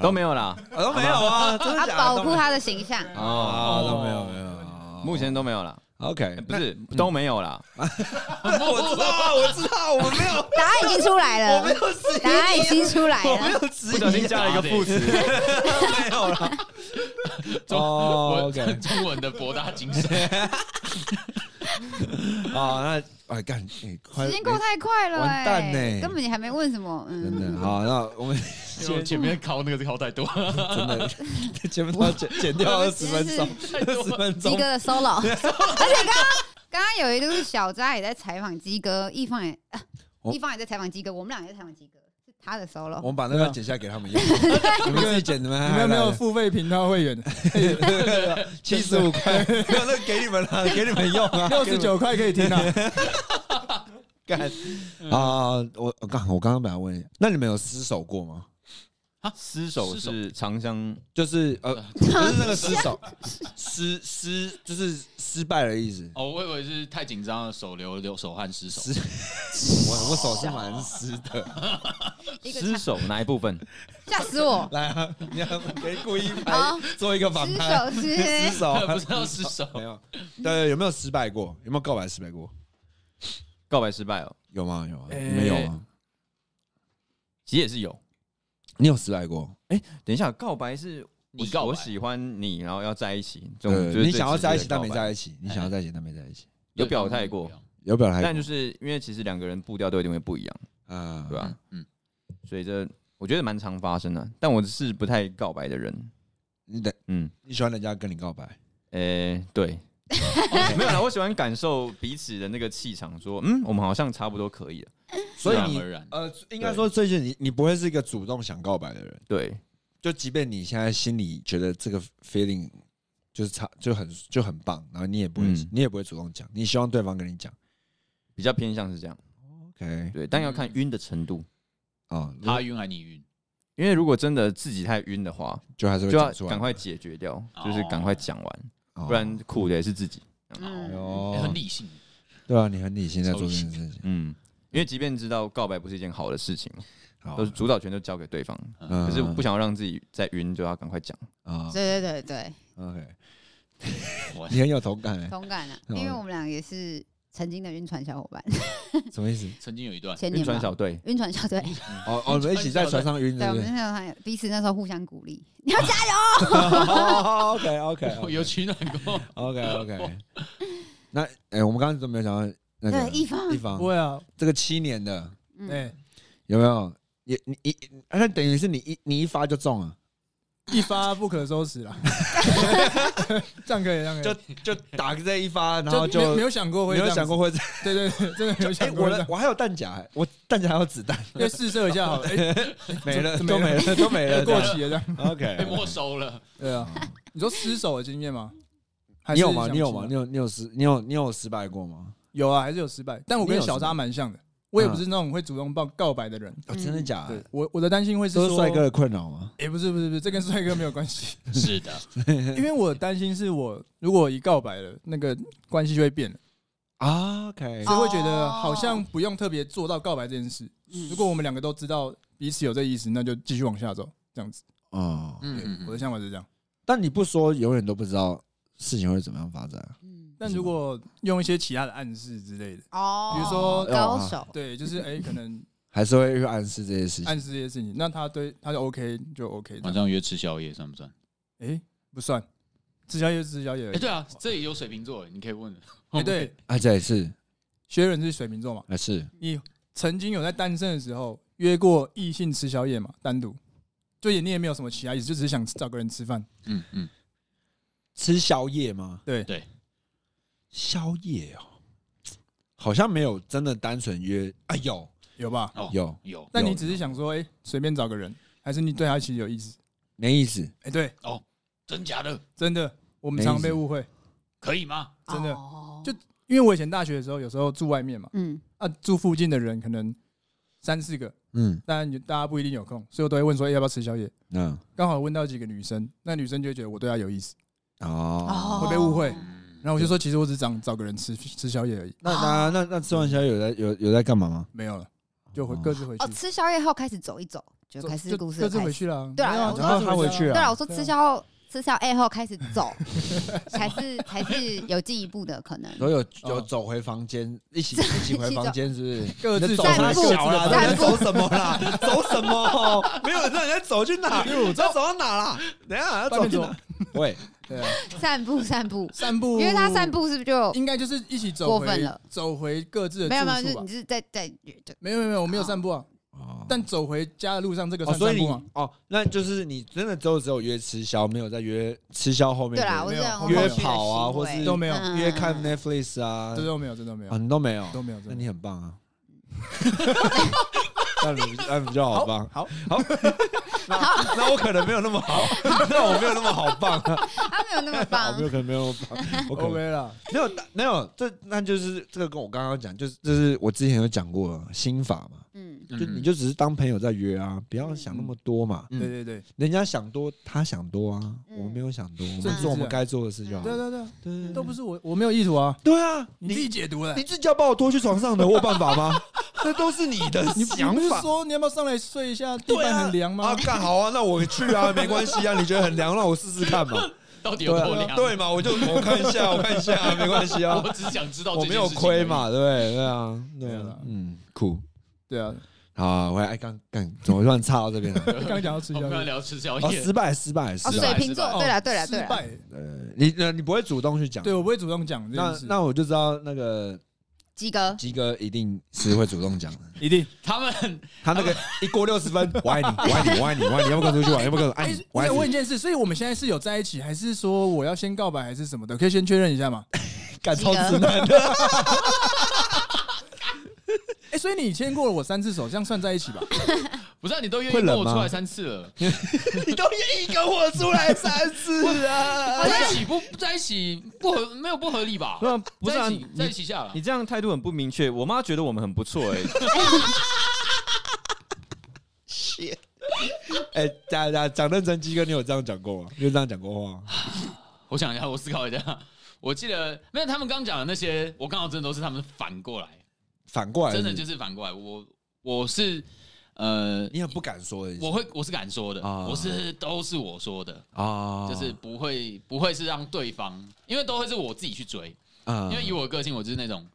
S8: 都没有啦，
S12: 都没有 啊，真的
S5: 他
S12: 假
S5: 保
S12: 的？
S5: 护他的形象，
S8: 哦，
S4: 啊，都没有没有，
S8: 目前都没有啦，
S4: OK，
S8: 哎不是都没有啦，
S12: 嗯我知道啊，我知道，我没有，
S5: 答案已经出来
S12: 我
S5: 了
S12: 没，有质疑
S5: 答案已
S12: 你，
S5: 经出来
S12: 我没
S5: 了。
S12: 有质
S8: 不
S12: 疑
S8: 小心加
S7: 啊
S8: 了一个副词，
S12: 没有了。
S4: 哦
S6: 我
S4: OK，
S6: 中文的博大 精深，
S4: 啊，那哎干，哎，快
S5: 时间过太快了、欸，
S4: 完蛋欸
S5: 根本你还没问什么，嗯，
S4: 真 的好，那我们
S6: 因为我前面考那个是考太多，
S4: 真 的前面都要剪剪掉二十分钟，二十分
S5: 鸡
S4: 钟
S5: 哥，的 solo，而且刚刚刚刚有一度是小扎也在采访鸡哥，一方也、啊
S4: 我
S5: 一方也在采访鸡哥，我们俩也在采访鸡哥，是他的 solo
S4: 我。们把那段剪下给他 们用，你们自己剪的吗？
S6: 哎
S7: 你们有没有付费频道会 员？
S4: 七十五块？没有，那给你们了，给你们用啊，
S7: 六十九块可以听 啊！
S4: 干啊！我我刚我刚刚本来问你，那你们有失手过吗？
S8: 失手是长相，
S4: 就是呃，就是那个失手，失失就是失败的意思。
S6: 哦，我以为是太紧张了，手流流手汗失手。
S4: 失，我我手是蛮湿的。
S5: 一个
S8: 失手哪一部分？
S5: 吓死我！
S4: 来啊，你要给故意
S5: 好
S4: 拍做一个反
S5: 失
S4: 拍，
S5: 手是
S4: 失手啊
S6: 不是要失手
S4: 没有？对，有没有失败过？有没有告白失败过？
S8: 告白失败哦，
S4: 有吗？有吗？啊
S7: 哎
S4: 没有吗？
S8: 其实也是有。
S4: 你有失败过？
S8: 等一下，告白是
S6: 你告白
S8: 我喜欢你，然后要在一起，这种就是
S4: 对，
S8: 最
S4: 你想要在一起
S8: 直接的
S4: 但
S8: 告白
S4: 没在一起，你想要在一起但没在一起，
S8: 有表态过，
S4: 有表达过？
S8: 但就是因为其实两个人步调都一定会不一样，
S4: 啊，
S8: 对吧、
S6: 嗯，
S8: 所以这我觉得蛮常发生的，但我是不太告白的人，
S4: 你得
S8: 嗯，
S4: 你喜欢人家跟你告白，
S8: 诶、 对，没有啦，我喜欢感受彼此的那个气场，说，嗯，我们好像差不多可以了，
S4: 所以
S6: 自然
S4: 你
S6: 而然
S4: 呃，应该说最近你你不会是一个主动想告白的人。
S8: 对，
S4: 就即便你现在心里觉得这个 feeling 就是差就很就很棒，然后你也不会、
S8: 嗯
S4: 你也不会主动讲，你希望对方跟你讲
S8: 比较偏向是这样，
S4: ，OK
S8: 对，但要看晕的程度，
S4: 哦，
S6: 他晕还你晕？
S8: 因为如果真的自己太晕的话，
S4: 就还是会
S8: 就要
S4: 讲出来，
S8: 赶快解决掉，就是赶快讲完，
S4: 哦，
S8: 不然苦的也是自己，
S5: 嗯，
S4: 哦，
S6: 哎很理性，
S4: 对啊，你很理性在做这件事情，
S8: 嗯。因为即便知道告白不是一件好的事情嘛，
S4: 好
S8: 都是主导权都交给对方，
S4: 嗯
S8: 可是我不想要让自己再晕，就要赶快讲。
S4: 啊
S5: 对对对对，
S4: ，OK，
S6: 我
S4: 你很有同感欸，
S5: 同感啊，
S4: 嗯
S5: 因为我们俩也是曾经的晕船小伙伴，
S4: 什么意思？
S6: 曾经有一段，
S5: 前
S8: 晕
S5: 年吧
S8: 船小队，
S5: 晕船小队，
S4: 哦哦，你们一起在船上晕，对
S5: 对，我
S4: 不
S5: 们
S4: 对
S5: 那时候还有彼此那时候互相鼓励，你要加
S4: ？OK OK
S6: 我 有取暖过，
S4: OK OK，那哎，我们刚刚都没有讲到那
S5: 对
S4: 个
S5: 一方
S4: 一方
S7: 不，会啊，
S4: 这个七年的。
S5: 嗯
S7: 哎，
S4: 有没有？也你一啊那等于是你一你一发就中了，
S7: 一发不可收拾啦。 这样可以，这样可以。
S4: 就打这一发，然
S7: 就没没有想过会
S4: 没
S7: 这
S4: 有
S7: 样子
S4: 想过，会这
S7: 对对对，真的没有
S4: 哎，
S7: 想过
S4: 我
S7: 会这
S4: 的
S7: 样。
S4: 我还有弹夹欸，我弹夹还有子弹，
S7: 要试射一下 好了，哎
S4: 没了
S7: 怎
S4: 都
S7: 么
S4: 没
S7: 没
S4: 了都没了，
S7: 过期了这样。
S6: 被
S4: OK，
S6: 没收了。
S7: 对啊，你说失手的经验吗？还
S4: 你
S7: 是
S4: 有吗？
S7: 想
S4: 你有
S7: 清
S4: 吗？
S7: 楚
S4: 你有你有失你有你有失败过吗？
S7: 有啊，还是有失败，但我
S4: 你
S7: 跟
S4: 有
S7: 小
S4: 失败嗯
S7: 扎蛮像的，我也不是那种会主动告告白的人。
S4: 哦真的假
S7: 对
S4: 的？
S7: 我我的担心会是
S4: 都是
S7: 说
S4: 帅哥，的困扰吗？
S7: 也不是不是不是，这跟帅哥没有 关系，
S6: 是的，
S7: 因为我担心是我如果一告白了，那个关系就会变了，
S4: 啊，OK，
S7: 所以会觉得好像
S6: 哦
S7: 不用特别做到告白这件事。
S6: 嗯
S7: 如果我们两个都知道彼此有这意思，那就继续往下走，这样子。
S4: 哦，
S7: 对
S6: 嗯，
S7: 我的想法是这样。
S4: 但你不说，永远都不知道事情会怎么样发展啊。
S5: 嗯，
S7: 但如果用一些其他的暗示之 类的，
S5: 哦，
S7: 比如说
S5: 高手，
S7: 对，就是哎、可能
S4: 还是会去暗示这些事情。
S7: 暗示这些事情，那他对他就 OK 就 OK 这
S6: 晚
S7: 样。
S6: 上约吃宵夜算不算？
S7: 哎、不算，吃宵夜就吃宵夜而
S6: 哎，
S7: 已。
S6: 对啊，这里有水瓶座，你可以问。
S7: 哎对，
S4: 啊，这也是，
S7: 薛仁是水瓶座嘛，
S4: 还是
S7: 你曾经有在单身的时候约过异性吃宵夜嘛？单独，就也你也没有什么其他意思，就只是想找个人吃饭。
S6: 嗯嗯，
S4: 吃宵夜吗？
S7: 对
S6: 对，
S4: 宵夜哦，好像没有真的单纯约啊，有
S7: 有吧？
S6: 哦，
S4: 有
S6: 有，
S7: 但你只是想说，哎、随便找个人，还是你对他其实有意思？
S4: 没意思。
S7: 哎，对，
S6: 真假的
S7: 真的，我们
S4: 没
S7: 常
S4: 意思
S7: 被误会，
S6: 可以吗？
S7: 真的
S5: 哦
S7: 就因为我以前大学的时候，有时候住外面嘛，
S5: 嗯，
S7: 啊，住附近的人可能三四个，
S4: 嗯，
S7: 但大家不一定有空，所以我都会问说、哎要不要吃宵夜。
S4: 那
S7: 刚好问到几个女生，那女生就会觉得我对她有意思，
S4: 哦，
S7: 会被误会。然后我就说，其实我只是想找个人吃吃宵夜而已，
S4: 那那那那吃完宵夜有在有有在干嘛吗？
S7: 没有了，就回
S4: 哦
S7: 各自回去
S5: 哦，，吃宵夜后开始走一走，就
S7: 走
S5: 开始故事
S7: 各
S5: 的
S7: 自
S5: 开
S7: 回
S5: 始。
S7: 去了。
S5: 对啊
S7: 没有
S5: 我
S4: 然后
S7: 就
S4: 他回去
S5: 对啊
S4: 了
S5: 了，我说吃宵吃宵夜后开始走，才是才是有进一步的可能。
S4: 都有有
S7: 哦
S4: 走回房间，一 起一起回房间，是不 是？
S7: 各自
S4: 你在走
S5: 散
S4: 啥
S7: 啊
S5: 步
S4: 小啦？到底在
S5: 散步
S4: 走什么啦？走 什么？没有人知道你在走去哪，因为我知道走到哪啦。等一下要
S7: 外
S4: 走
S7: 面
S4: 去
S7: 走
S4: 哪？，喂，
S7: 对啊，
S5: 散步散步，
S7: 散步，
S5: 因为他散，步是不是就
S7: 应该就是一起走
S5: 过
S7: 回
S5: 分了
S7: 走回各自的
S5: 没有没有，
S7: 住
S5: 就
S7: 处
S5: 是
S7: 吧
S5: 你。是在在就
S7: 没有没有没有，我没有散步啊，
S4: 哦
S7: 但走回家的路上这个
S4: 哦，
S7: 算
S4: 所
S7: 散
S4: 以你
S7: 步吗？啊
S4: 哦，那就是你真的只有只有约吃宵，没有在约吃宵后面
S5: 对啦，
S4: 的
S5: 我
S7: 没
S5: 是
S7: 有
S5: 讲我
S7: 约
S5: 后续的
S4: 跑啊
S5: 行为
S4: 或是
S7: 都没有，
S5: 嗯
S4: 约看 Netflix 啊
S7: 这，都没有，这都没有
S4: 啊，，你都没有，
S7: 都没有，
S4: 那
S7: 真的
S4: 你很棒 啊，那你比那你比较好棒，
S7: 好，
S4: 那那我可能没有那么好， 那我没有那么好棒啊，
S5: 他没有那么
S4: 我没
S5: 棒，
S4: 有可能没有那么 棒，我可能
S7: OK 了，
S4: 没有没有，这那就是这个跟我刚刚讲，就是就是我之前有讲过了心法嘛，
S5: 嗯，
S4: 就你就只是当朋友在约啊，不要想那
S7: 嗯
S4: 么多嘛，
S7: 对对对，
S4: 人家想多，他想多啊，
S5: 嗯
S4: 我们没有想多，我
S7: 顺
S4: 们
S6: 嗯
S7: 其
S4: 做我们
S7: 自然
S4: 该做的事就好
S7: 嗯对
S4: 了。
S7: 对对，
S4: 对
S7: 都不是我，我没有意图啊，
S4: 对啊，
S7: 你自己
S4: 嗯你
S7: 解读的
S4: 你。自己要把我拖去床上的，我有办法吗？这都是你的
S7: 你你
S4: 想
S7: 不是
S4: 法。
S7: 说你要不要上来睡一下？地
S4: 对啊
S7: 板很凉吗
S4: 啊，？干好啊，那我去啊，没关系啊，你觉得很凉，让我试试看嘛。
S6: 到 底有
S4: 对
S6: 多
S4: 啊，
S6: 凉？
S4: 对嘛，我就我看一下，我看一下啊，没关系啊
S6: 我，只是想知道
S4: 我
S6: 这件
S4: 没有
S6: 事情而
S4: 亏
S6: 已。
S4: 嘛，对不对？对啊，对
S7: 对
S4: 啊
S7: 啊，
S4: 嗯，酷。
S7: 对啊，
S4: 好啊，我还干干，怎么突然插到这边了？
S7: 刚刚讲到吃
S6: 我
S7: 宵
S6: 们刚才
S7: 夜，
S6: 聊吃宵
S4: 哦，
S6: 夜，
S4: 失败，失败，失
S7: 啊
S5: 哦，
S6: 是
S4: 败哦
S5: 水
S6: 吧。
S5: 瓶座
S6: 是，吧
S5: 对了对了对
S7: 失
S5: 了，
S7: 败，
S4: 呃，你呃，你不会主动去讲
S7: 对，我不会主动讲这
S4: 那
S7: 件事，
S4: 那我就知道那个
S5: 及格，
S4: 鸡哥一定是会主动讲的。
S7: 一定
S6: 他们
S4: 他那个一过六十分，我爱你，我爱你，我爱你，我爱你，要不要跟我出去玩？要不要跟我爱
S7: 哎
S4: 你？，嗯我
S7: 我
S4: 爱
S7: 想问一
S4: 你。
S7: 件事，所以我们现在是有在一起，还是说我要先告白，还是什么的？可以先确认一下嘛？
S4: 敢
S5: 及格，
S7: 哎，所以你牵过了我三次手，这样算在一起吧？
S6: 不是啊你都愿意
S4: 会
S6: 跟
S4: 冷
S6: 我
S4: 吗
S6: 出来三次了，
S4: 你都愿意跟我出来三次 啊？
S6: 在一起不在一起不合没有不合 理吧？
S8: 对啊，不是
S6: 在
S8: 啊，
S6: 一
S8: 你
S6: 起在一起下了
S8: 你，这样态度很不明确，我妈觉得我们很不错 哎、
S4: 哎，大家讲认真，鸡哥，你有这样讲过吗？你有这样讲过话吗？
S6: 我想一下，我思考一下。 我记得没有，他们刚讲的那些，我刚好真的都是他们反过来，
S4: 反过来，
S6: 真的
S4: 是
S6: 就
S4: 不是
S6: 是反过来。我我是呃，
S4: 你很不敢说的意思
S6: 我会我是敢说的，
S4: 啊
S6: 我是都是我说的，
S4: 啊
S6: 就是不会不会是让对方，因为都会是我自己去追，
S4: 啊
S6: 因为以我的个性，我就是那种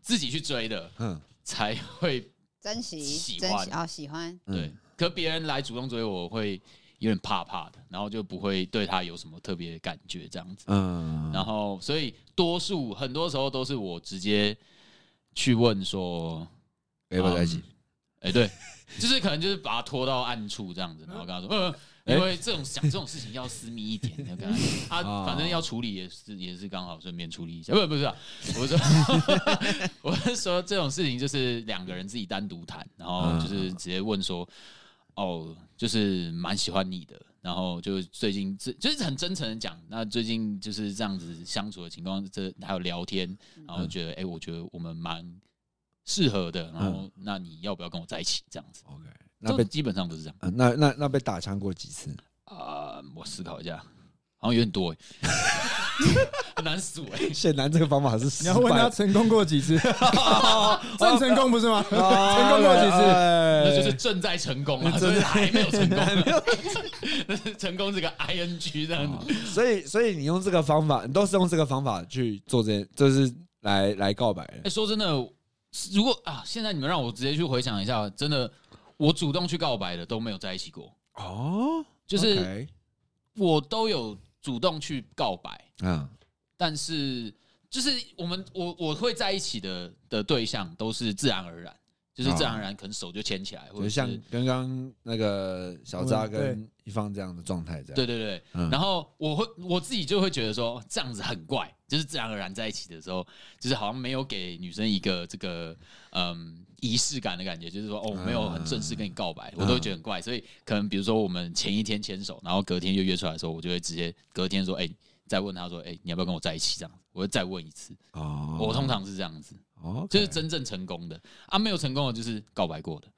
S6: 自己去追的
S4: 嗯
S6: 才会
S5: 珍惜
S6: 喜
S5: 珍
S6: 欢
S5: 惜哦，喜欢，
S4: 嗯
S6: 对，可别人来主动追我，我会有点怕怕的，然后就不会对他有什么特别的感觉这样子。
S4: 嗯
S6: 然后所以多数很多时候都是我直接去问说，
S4: 要不要在一起？
S6: 哎、对，就是可能就是把他拖到暗处这样子，然后跟他说，呃。因为这种想这种事情要私密一点，要跟他讲啊，反正要处理也是也是刚好顺便处理一下，不不是啊，我是说 我是说这种事情就是两个人自己单独谈，然后就是直接问说，哦，就是蛮喜欢你的，然后就最近这就是很真诚的讲，那最近就是这样子相处的情况，这还有聊天，然后觉得哎、我觉得我们蛮适合的，然后那你要不要跟我在一起？这样子，
S4: OK，那
S6: 嗯那
S4: 被
S6: 基本上都是这样。
S4: 呃那那那被打枪过几次？
S6: 啊、我思考一下，好像有点多欸， 很难数 哎、
S4: 显然这个方法是
S7: 你
S4: 失
S7: 要问
S4: 败
S7: 他
S4: 的。
S7: 成功过几次？真成功不是吗？成功过几次？
S4: 次
S6: 那就是呃 正在成功啊，
S4: 真
S6: 真
S4: 的
S6: 的 还没有哦成功，没有成功这个 ing 这样子，
S4: 所以，所以你用这个方法，你都是用这个方法去做这件，就是来来告白
S6: 哎、说真的，如果啊，现在你们让我直接去回想一下，真的，我主动去告白的都没有在一起过，
S4: 哦，
S6: 就是
S4: OK，
S6: 我都有主动去告白，
S4: 嗯
S6: 但是就是我们我我会在一起的的对象都是自然而然，就是自然而然可能手就牵起来，或
S4: 就
S6: 者
S4: 像
S6: 是
S4: 刚刚那个小扎跟一方这样的状态，这样
S6: 对对对，
S4: 嗯
S6: 然后我会我自己就会觉得说这样子很怪，就是自然而然在一起的时候，就是好像没有给女生一个这个嗯仪式感的感觉，就是说哦，我没有很正式跟你告白，
S4: 嗯
S6: 我都会觉得很怪。所以可能比如说我们前一天牵手，然后隔天就约出来的时候，我就会直接隔天说，哎、再问他说，哎、你要不要跟我在一起？这样，我会再问一次。
S4: 哦
S6: 我通常是这样子，
S4: 哦
S6: 就是真正成功的啊，没有成功的就是告白过的，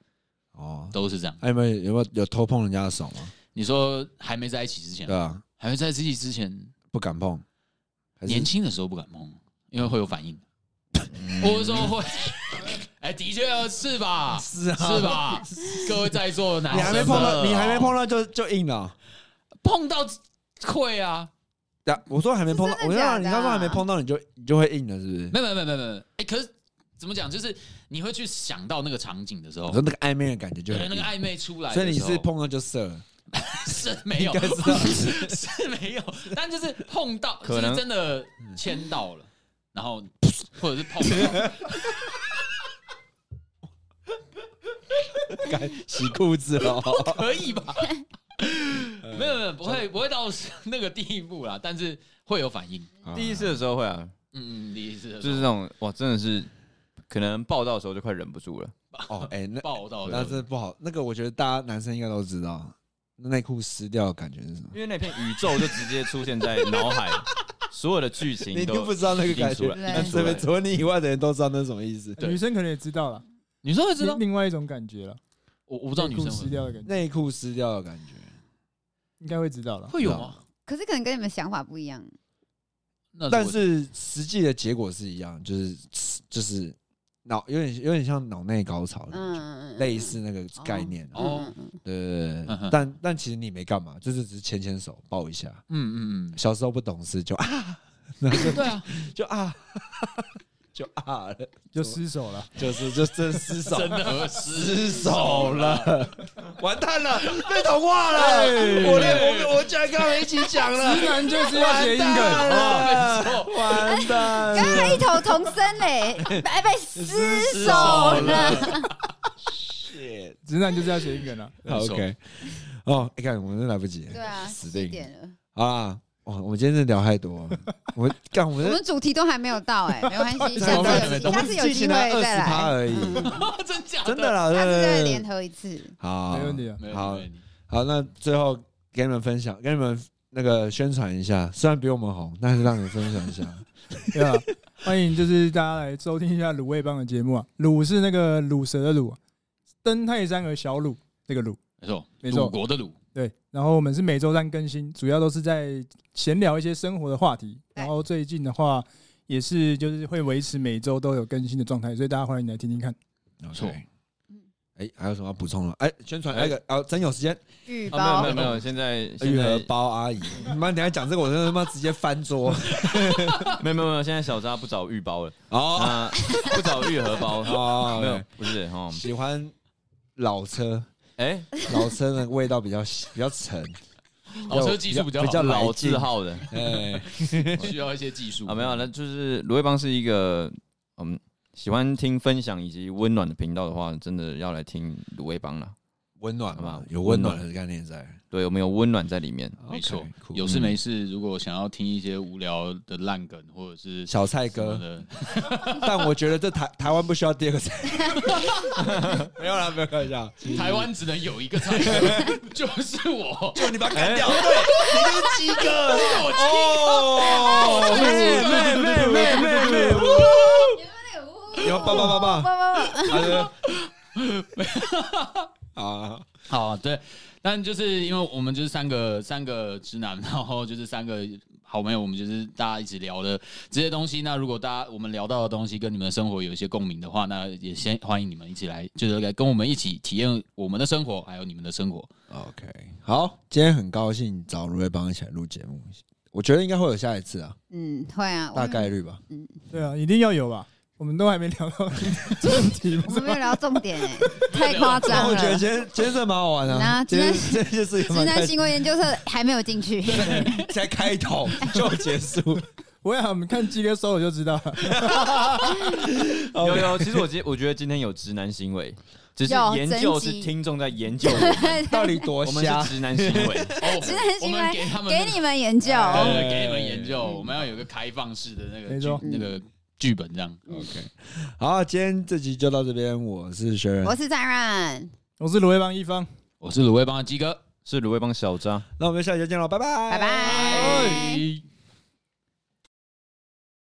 S4: 哦，
S6: 都是这样。
S4: 哎有没有有没有有偷碰人家的手吗？
S6: 你说还没在一起之前
S4: 对，啊，
S6: 还没在一起之前，
S4: 不敢碰，还是
S6: 年轻的时候不敢碰，因为会有反应。
S4: 嗯
S6: 我是说会，哎，的确是 吧？
S4: 是啊
S6: 是？吧？各位在座啊的哦
S4: 你还
S6: 男
S4: 没
S6: 生
S4: 碰
S6: 们
S4: 到，你还没碰到就就硬了。
S6: 碰到会啊？
S4: 对啊，我说还没碰到，
S5: 是真
S4: 我
S5: 的
S4: 说
S5: 假的啊
S4: 你刚说还没碰到，你就你就会硬了，是不是？
S6: 没有没有没有没有没有，哎，可是怎么讲？就是你会去想到那个场景的时候
S4: 我说，那个暧昧的感觉就
S6: 对
S4: 很
S6: 那
S4: 硬
S6: 个暧昧出来的时
S4: 所
S6: 候，
S4: 以你是碰到就射了，
S6: 是 没有
S4: 应该，是
S6: 是没有，但就是碰到，
S8: 可能
S6: 就是真的牵到了，然后或者是碰到，
S4: 该洗裤子哦了。
S6: 可以吧？ 没有没有，不会不会到那个地步啦，但是会有反应。
S8: 第一次的时候会啊，
S6: 嗯嗯，第一次的时
S8: 就
S6: 候
S8: 是那种哇，真的是可能报道的时候就快忍不住了。
S4: 哦，哎，那
S6: 报道
S4: 那
S6: 的，
S4: 真的不好。那个我觉得大家男生应该都知道，内裤湿掉的感觉是什么？
S8: 因为那片宇宙就直接出现在脑 海，所有的剧
S4: 你
S8: 情
S4: 一
S8: 都
S4: 定不知道那个感
S8: 一定
S4: 觉，
S8: 出来
S4: 但除了除了你以外的人都知道那是什么意思。
S7: 女生可能也知道了，
S6: 女生会知道
S7: 另，另外一种感觉了，
S6: 我我不知道女生
S7: 内裤湿
S6: 会
S7: 掉的感觉，
S4: 内裤湿掉的感觉，
S7: 应该会知道了。
S6: 会有啊吗？
S5: 可是可能跟你们想法不一样，
S6: 那
S4: 但
S6: 如果
S4: 是实际的结果是一样，就是就是脑有点有点像脑内高潮的感觉，
S5: 嗯，
S4: 类似那个概念。啊
S6: 哦
S5: 嗯，嗯嗯
S4: 对对对
S6: 嗯哼
S4: 对，但但其实你没干嘛，就是只是牵牵手抱一下。
S6: 嗯嗯
S4: 小时候不懂事就啊，
S6: 嗯，对啊，
S4: 就啊，就啊了，
S7: 就失手了，
S4: 就是就真失 手，
S6: 真的是
S4: 失手了， 完蛋了，被同化了，我连我我居然跟他们一起讲了，
S7: 直男就是要谐音梗，
S4: 完蛋了，完蛋
S5: 刚
S4: 了，
S5: 才一头同声 嘞，白白失手了，
S7: 直男就是要谐音梗了。
S4: 好 OK，哦，你看我们真来不及，
S5: 对啊，
S4: 死
S5: 一
S4: 定
S5: 点了。
S4: 好啦，啊哇，我们今天真的聊太多了，我们干我们
S5: 我
S4: 这
S5: 们主题都还没有到 哎、没关系，下
S4: 我们
S5: 次有机
S4: 我
S5: 下
S4: 们
S5: 次
S4: 只
S5: 有
S4: 进
S5: 机
S4: 行
S5: 会
S4: 了二
S5: 再
S4: 十趴
S5: 来，
S4: 而已，
S6: 真假
S4: 真的啦，
S5: 下次再
S4: 对
S5: 联
S4: 对对，
S5: 合一次。
S4: 好，
S7: 没问题啊，
S6: 没有
S4: 好
S6: 没有没有
S4: 好，那最后给你们分享，给你们那个宣传一下，虽然比我们红，但是让你们分享一下。
S7: 对啊，欢迎就是大家来收听一下卤味帮的节目啊。卤是那个卤蛇的卤啊，登泰山和小卤这个卤，
S6: 没错，
S7: 没错
S6: 鲁国的鲁，
S7: 对，然后我们是每周三更新，主要都是在闲聊一些生活的话题。
S5: 对
S7: 然后最近的话，也是就是会维持每周都有更新的状态，所以大家欢迎来听听看。
S6: 错
S4: OK 哎，还有什么要补充了？哎，宣传
S8: 哎
S4: 那个啊，真有时间
S5: 预
S8: 啊，没
S4: 哦
S8: 有
S5: 包
S8: 没有没有，现在现
S4: 育
S8: 在
S4: 儿包阿姨，你妈，等一下讲这个，我真的他妈直接翻桌。
S8: 没有没有没有，现在小扎不找 玉包了，
S4: 哦
S8: 啊，不找玉荷包，
S4: 哦，
S8: 没有，不是哦，
S4: 喜欢老车，
S8: 哎，
S4: 老车的味道比较比较沉，
S6: 老车技术比较
S4: 比较
S6: 好
S4: 来
S8: 老
S4: 劲
S8: 字号的
S4: 哎，
S6: 需要一些技术
S8: 啊，没有，那就是卢卫邦是一个嗯，喜欢听分享以及温暖的频道的话，真的要来听卢卫邦了。
S4: 温暖嘛
S8: 好吧，
S4: 有温暖的概念在，
S8: 对，我们有温暖在 里面。
S6: 没错
S4: OK，cool
S6: 有事没事，如果想要听一些无聊的烂梗或者是
S4: 小蔡
S6: 什么
S4: 哥，
S6: 的，
S4: 但我觉得这台台湾不需要第二个菜，没有啦，没有开玩笑，
S6: 台湾只能有一个蔡哥， 就是我。
S4: 就你把它砍掉，对，你就是鸡哥，哦，妹妹妹妹妹妹，有爸爸爸
S5: 不
S4: 爸，
S5: 不
S4: 啊，
S6: 好，对，但就是因为我们就是三个三个直男，然后就是三个好朋友，我们就是大家一起聊的这些东西。那如果大家我们聊到的东西跟你们的生活有一些共鸣的话，那也先欢迎你们一起来，就是来跟我们一起体验我们的生活，还有你们的生活。
S4: OK，好，今天很高兴找卢瑞帮一起来录节目，我觉得应该会有下一次啊，
S5: 嗯，会啊，
S4: 大概率吧。
S7: 对啊，一定要有吧？我们都还没聊到正题，
S5: 我们没有聊重 点哎、太夸
S4: 但
S5: 张
S4: 我觉得
S5: 了。
S4: 今天今天真的蛮好玩的、
S5: 那
S4: 今天
S5: 直
S4: 这件事情
S5: 直
S4: 蛮
S5: 男
S4: 开心，
S5: 行为研究社还没有进去，
S4: 才开头就结束，
S7: 我想我们看鸡哥收我就知道了。
S8: 有有，其实我今我觉得今天有直男行为，只是
S5: 有
S8: 研究
S5: 征
S8: 是
S5: 集
S8: 听众在研究我们，
S4: 到底多
S8: 我
S4: 瞎
S8: 们？是直男行为。
S6: 哦
S5: 直男
S6: 我
S5: 行为
S6: 们给哦他们那
S5: 给
S6: 个，
S5: 你们研究。
S6: 对对
S4: 哎
S6: 对，给你们研究，我们要有一个开放式的那个
S7: 没
S6: 剧
S7: 错
S6: 那个剧本这样。
S10: OK，好，今天这集就到这边，我是学人
S5: 我，是张然，
S7: 我是卢威邦一方。
S6: 我是卤味帮的鸡哥，
S8: 是卤味帮小张。
S10: 那我们下期再见喽，拜拜，
S5: 拜拜。
S6: 拜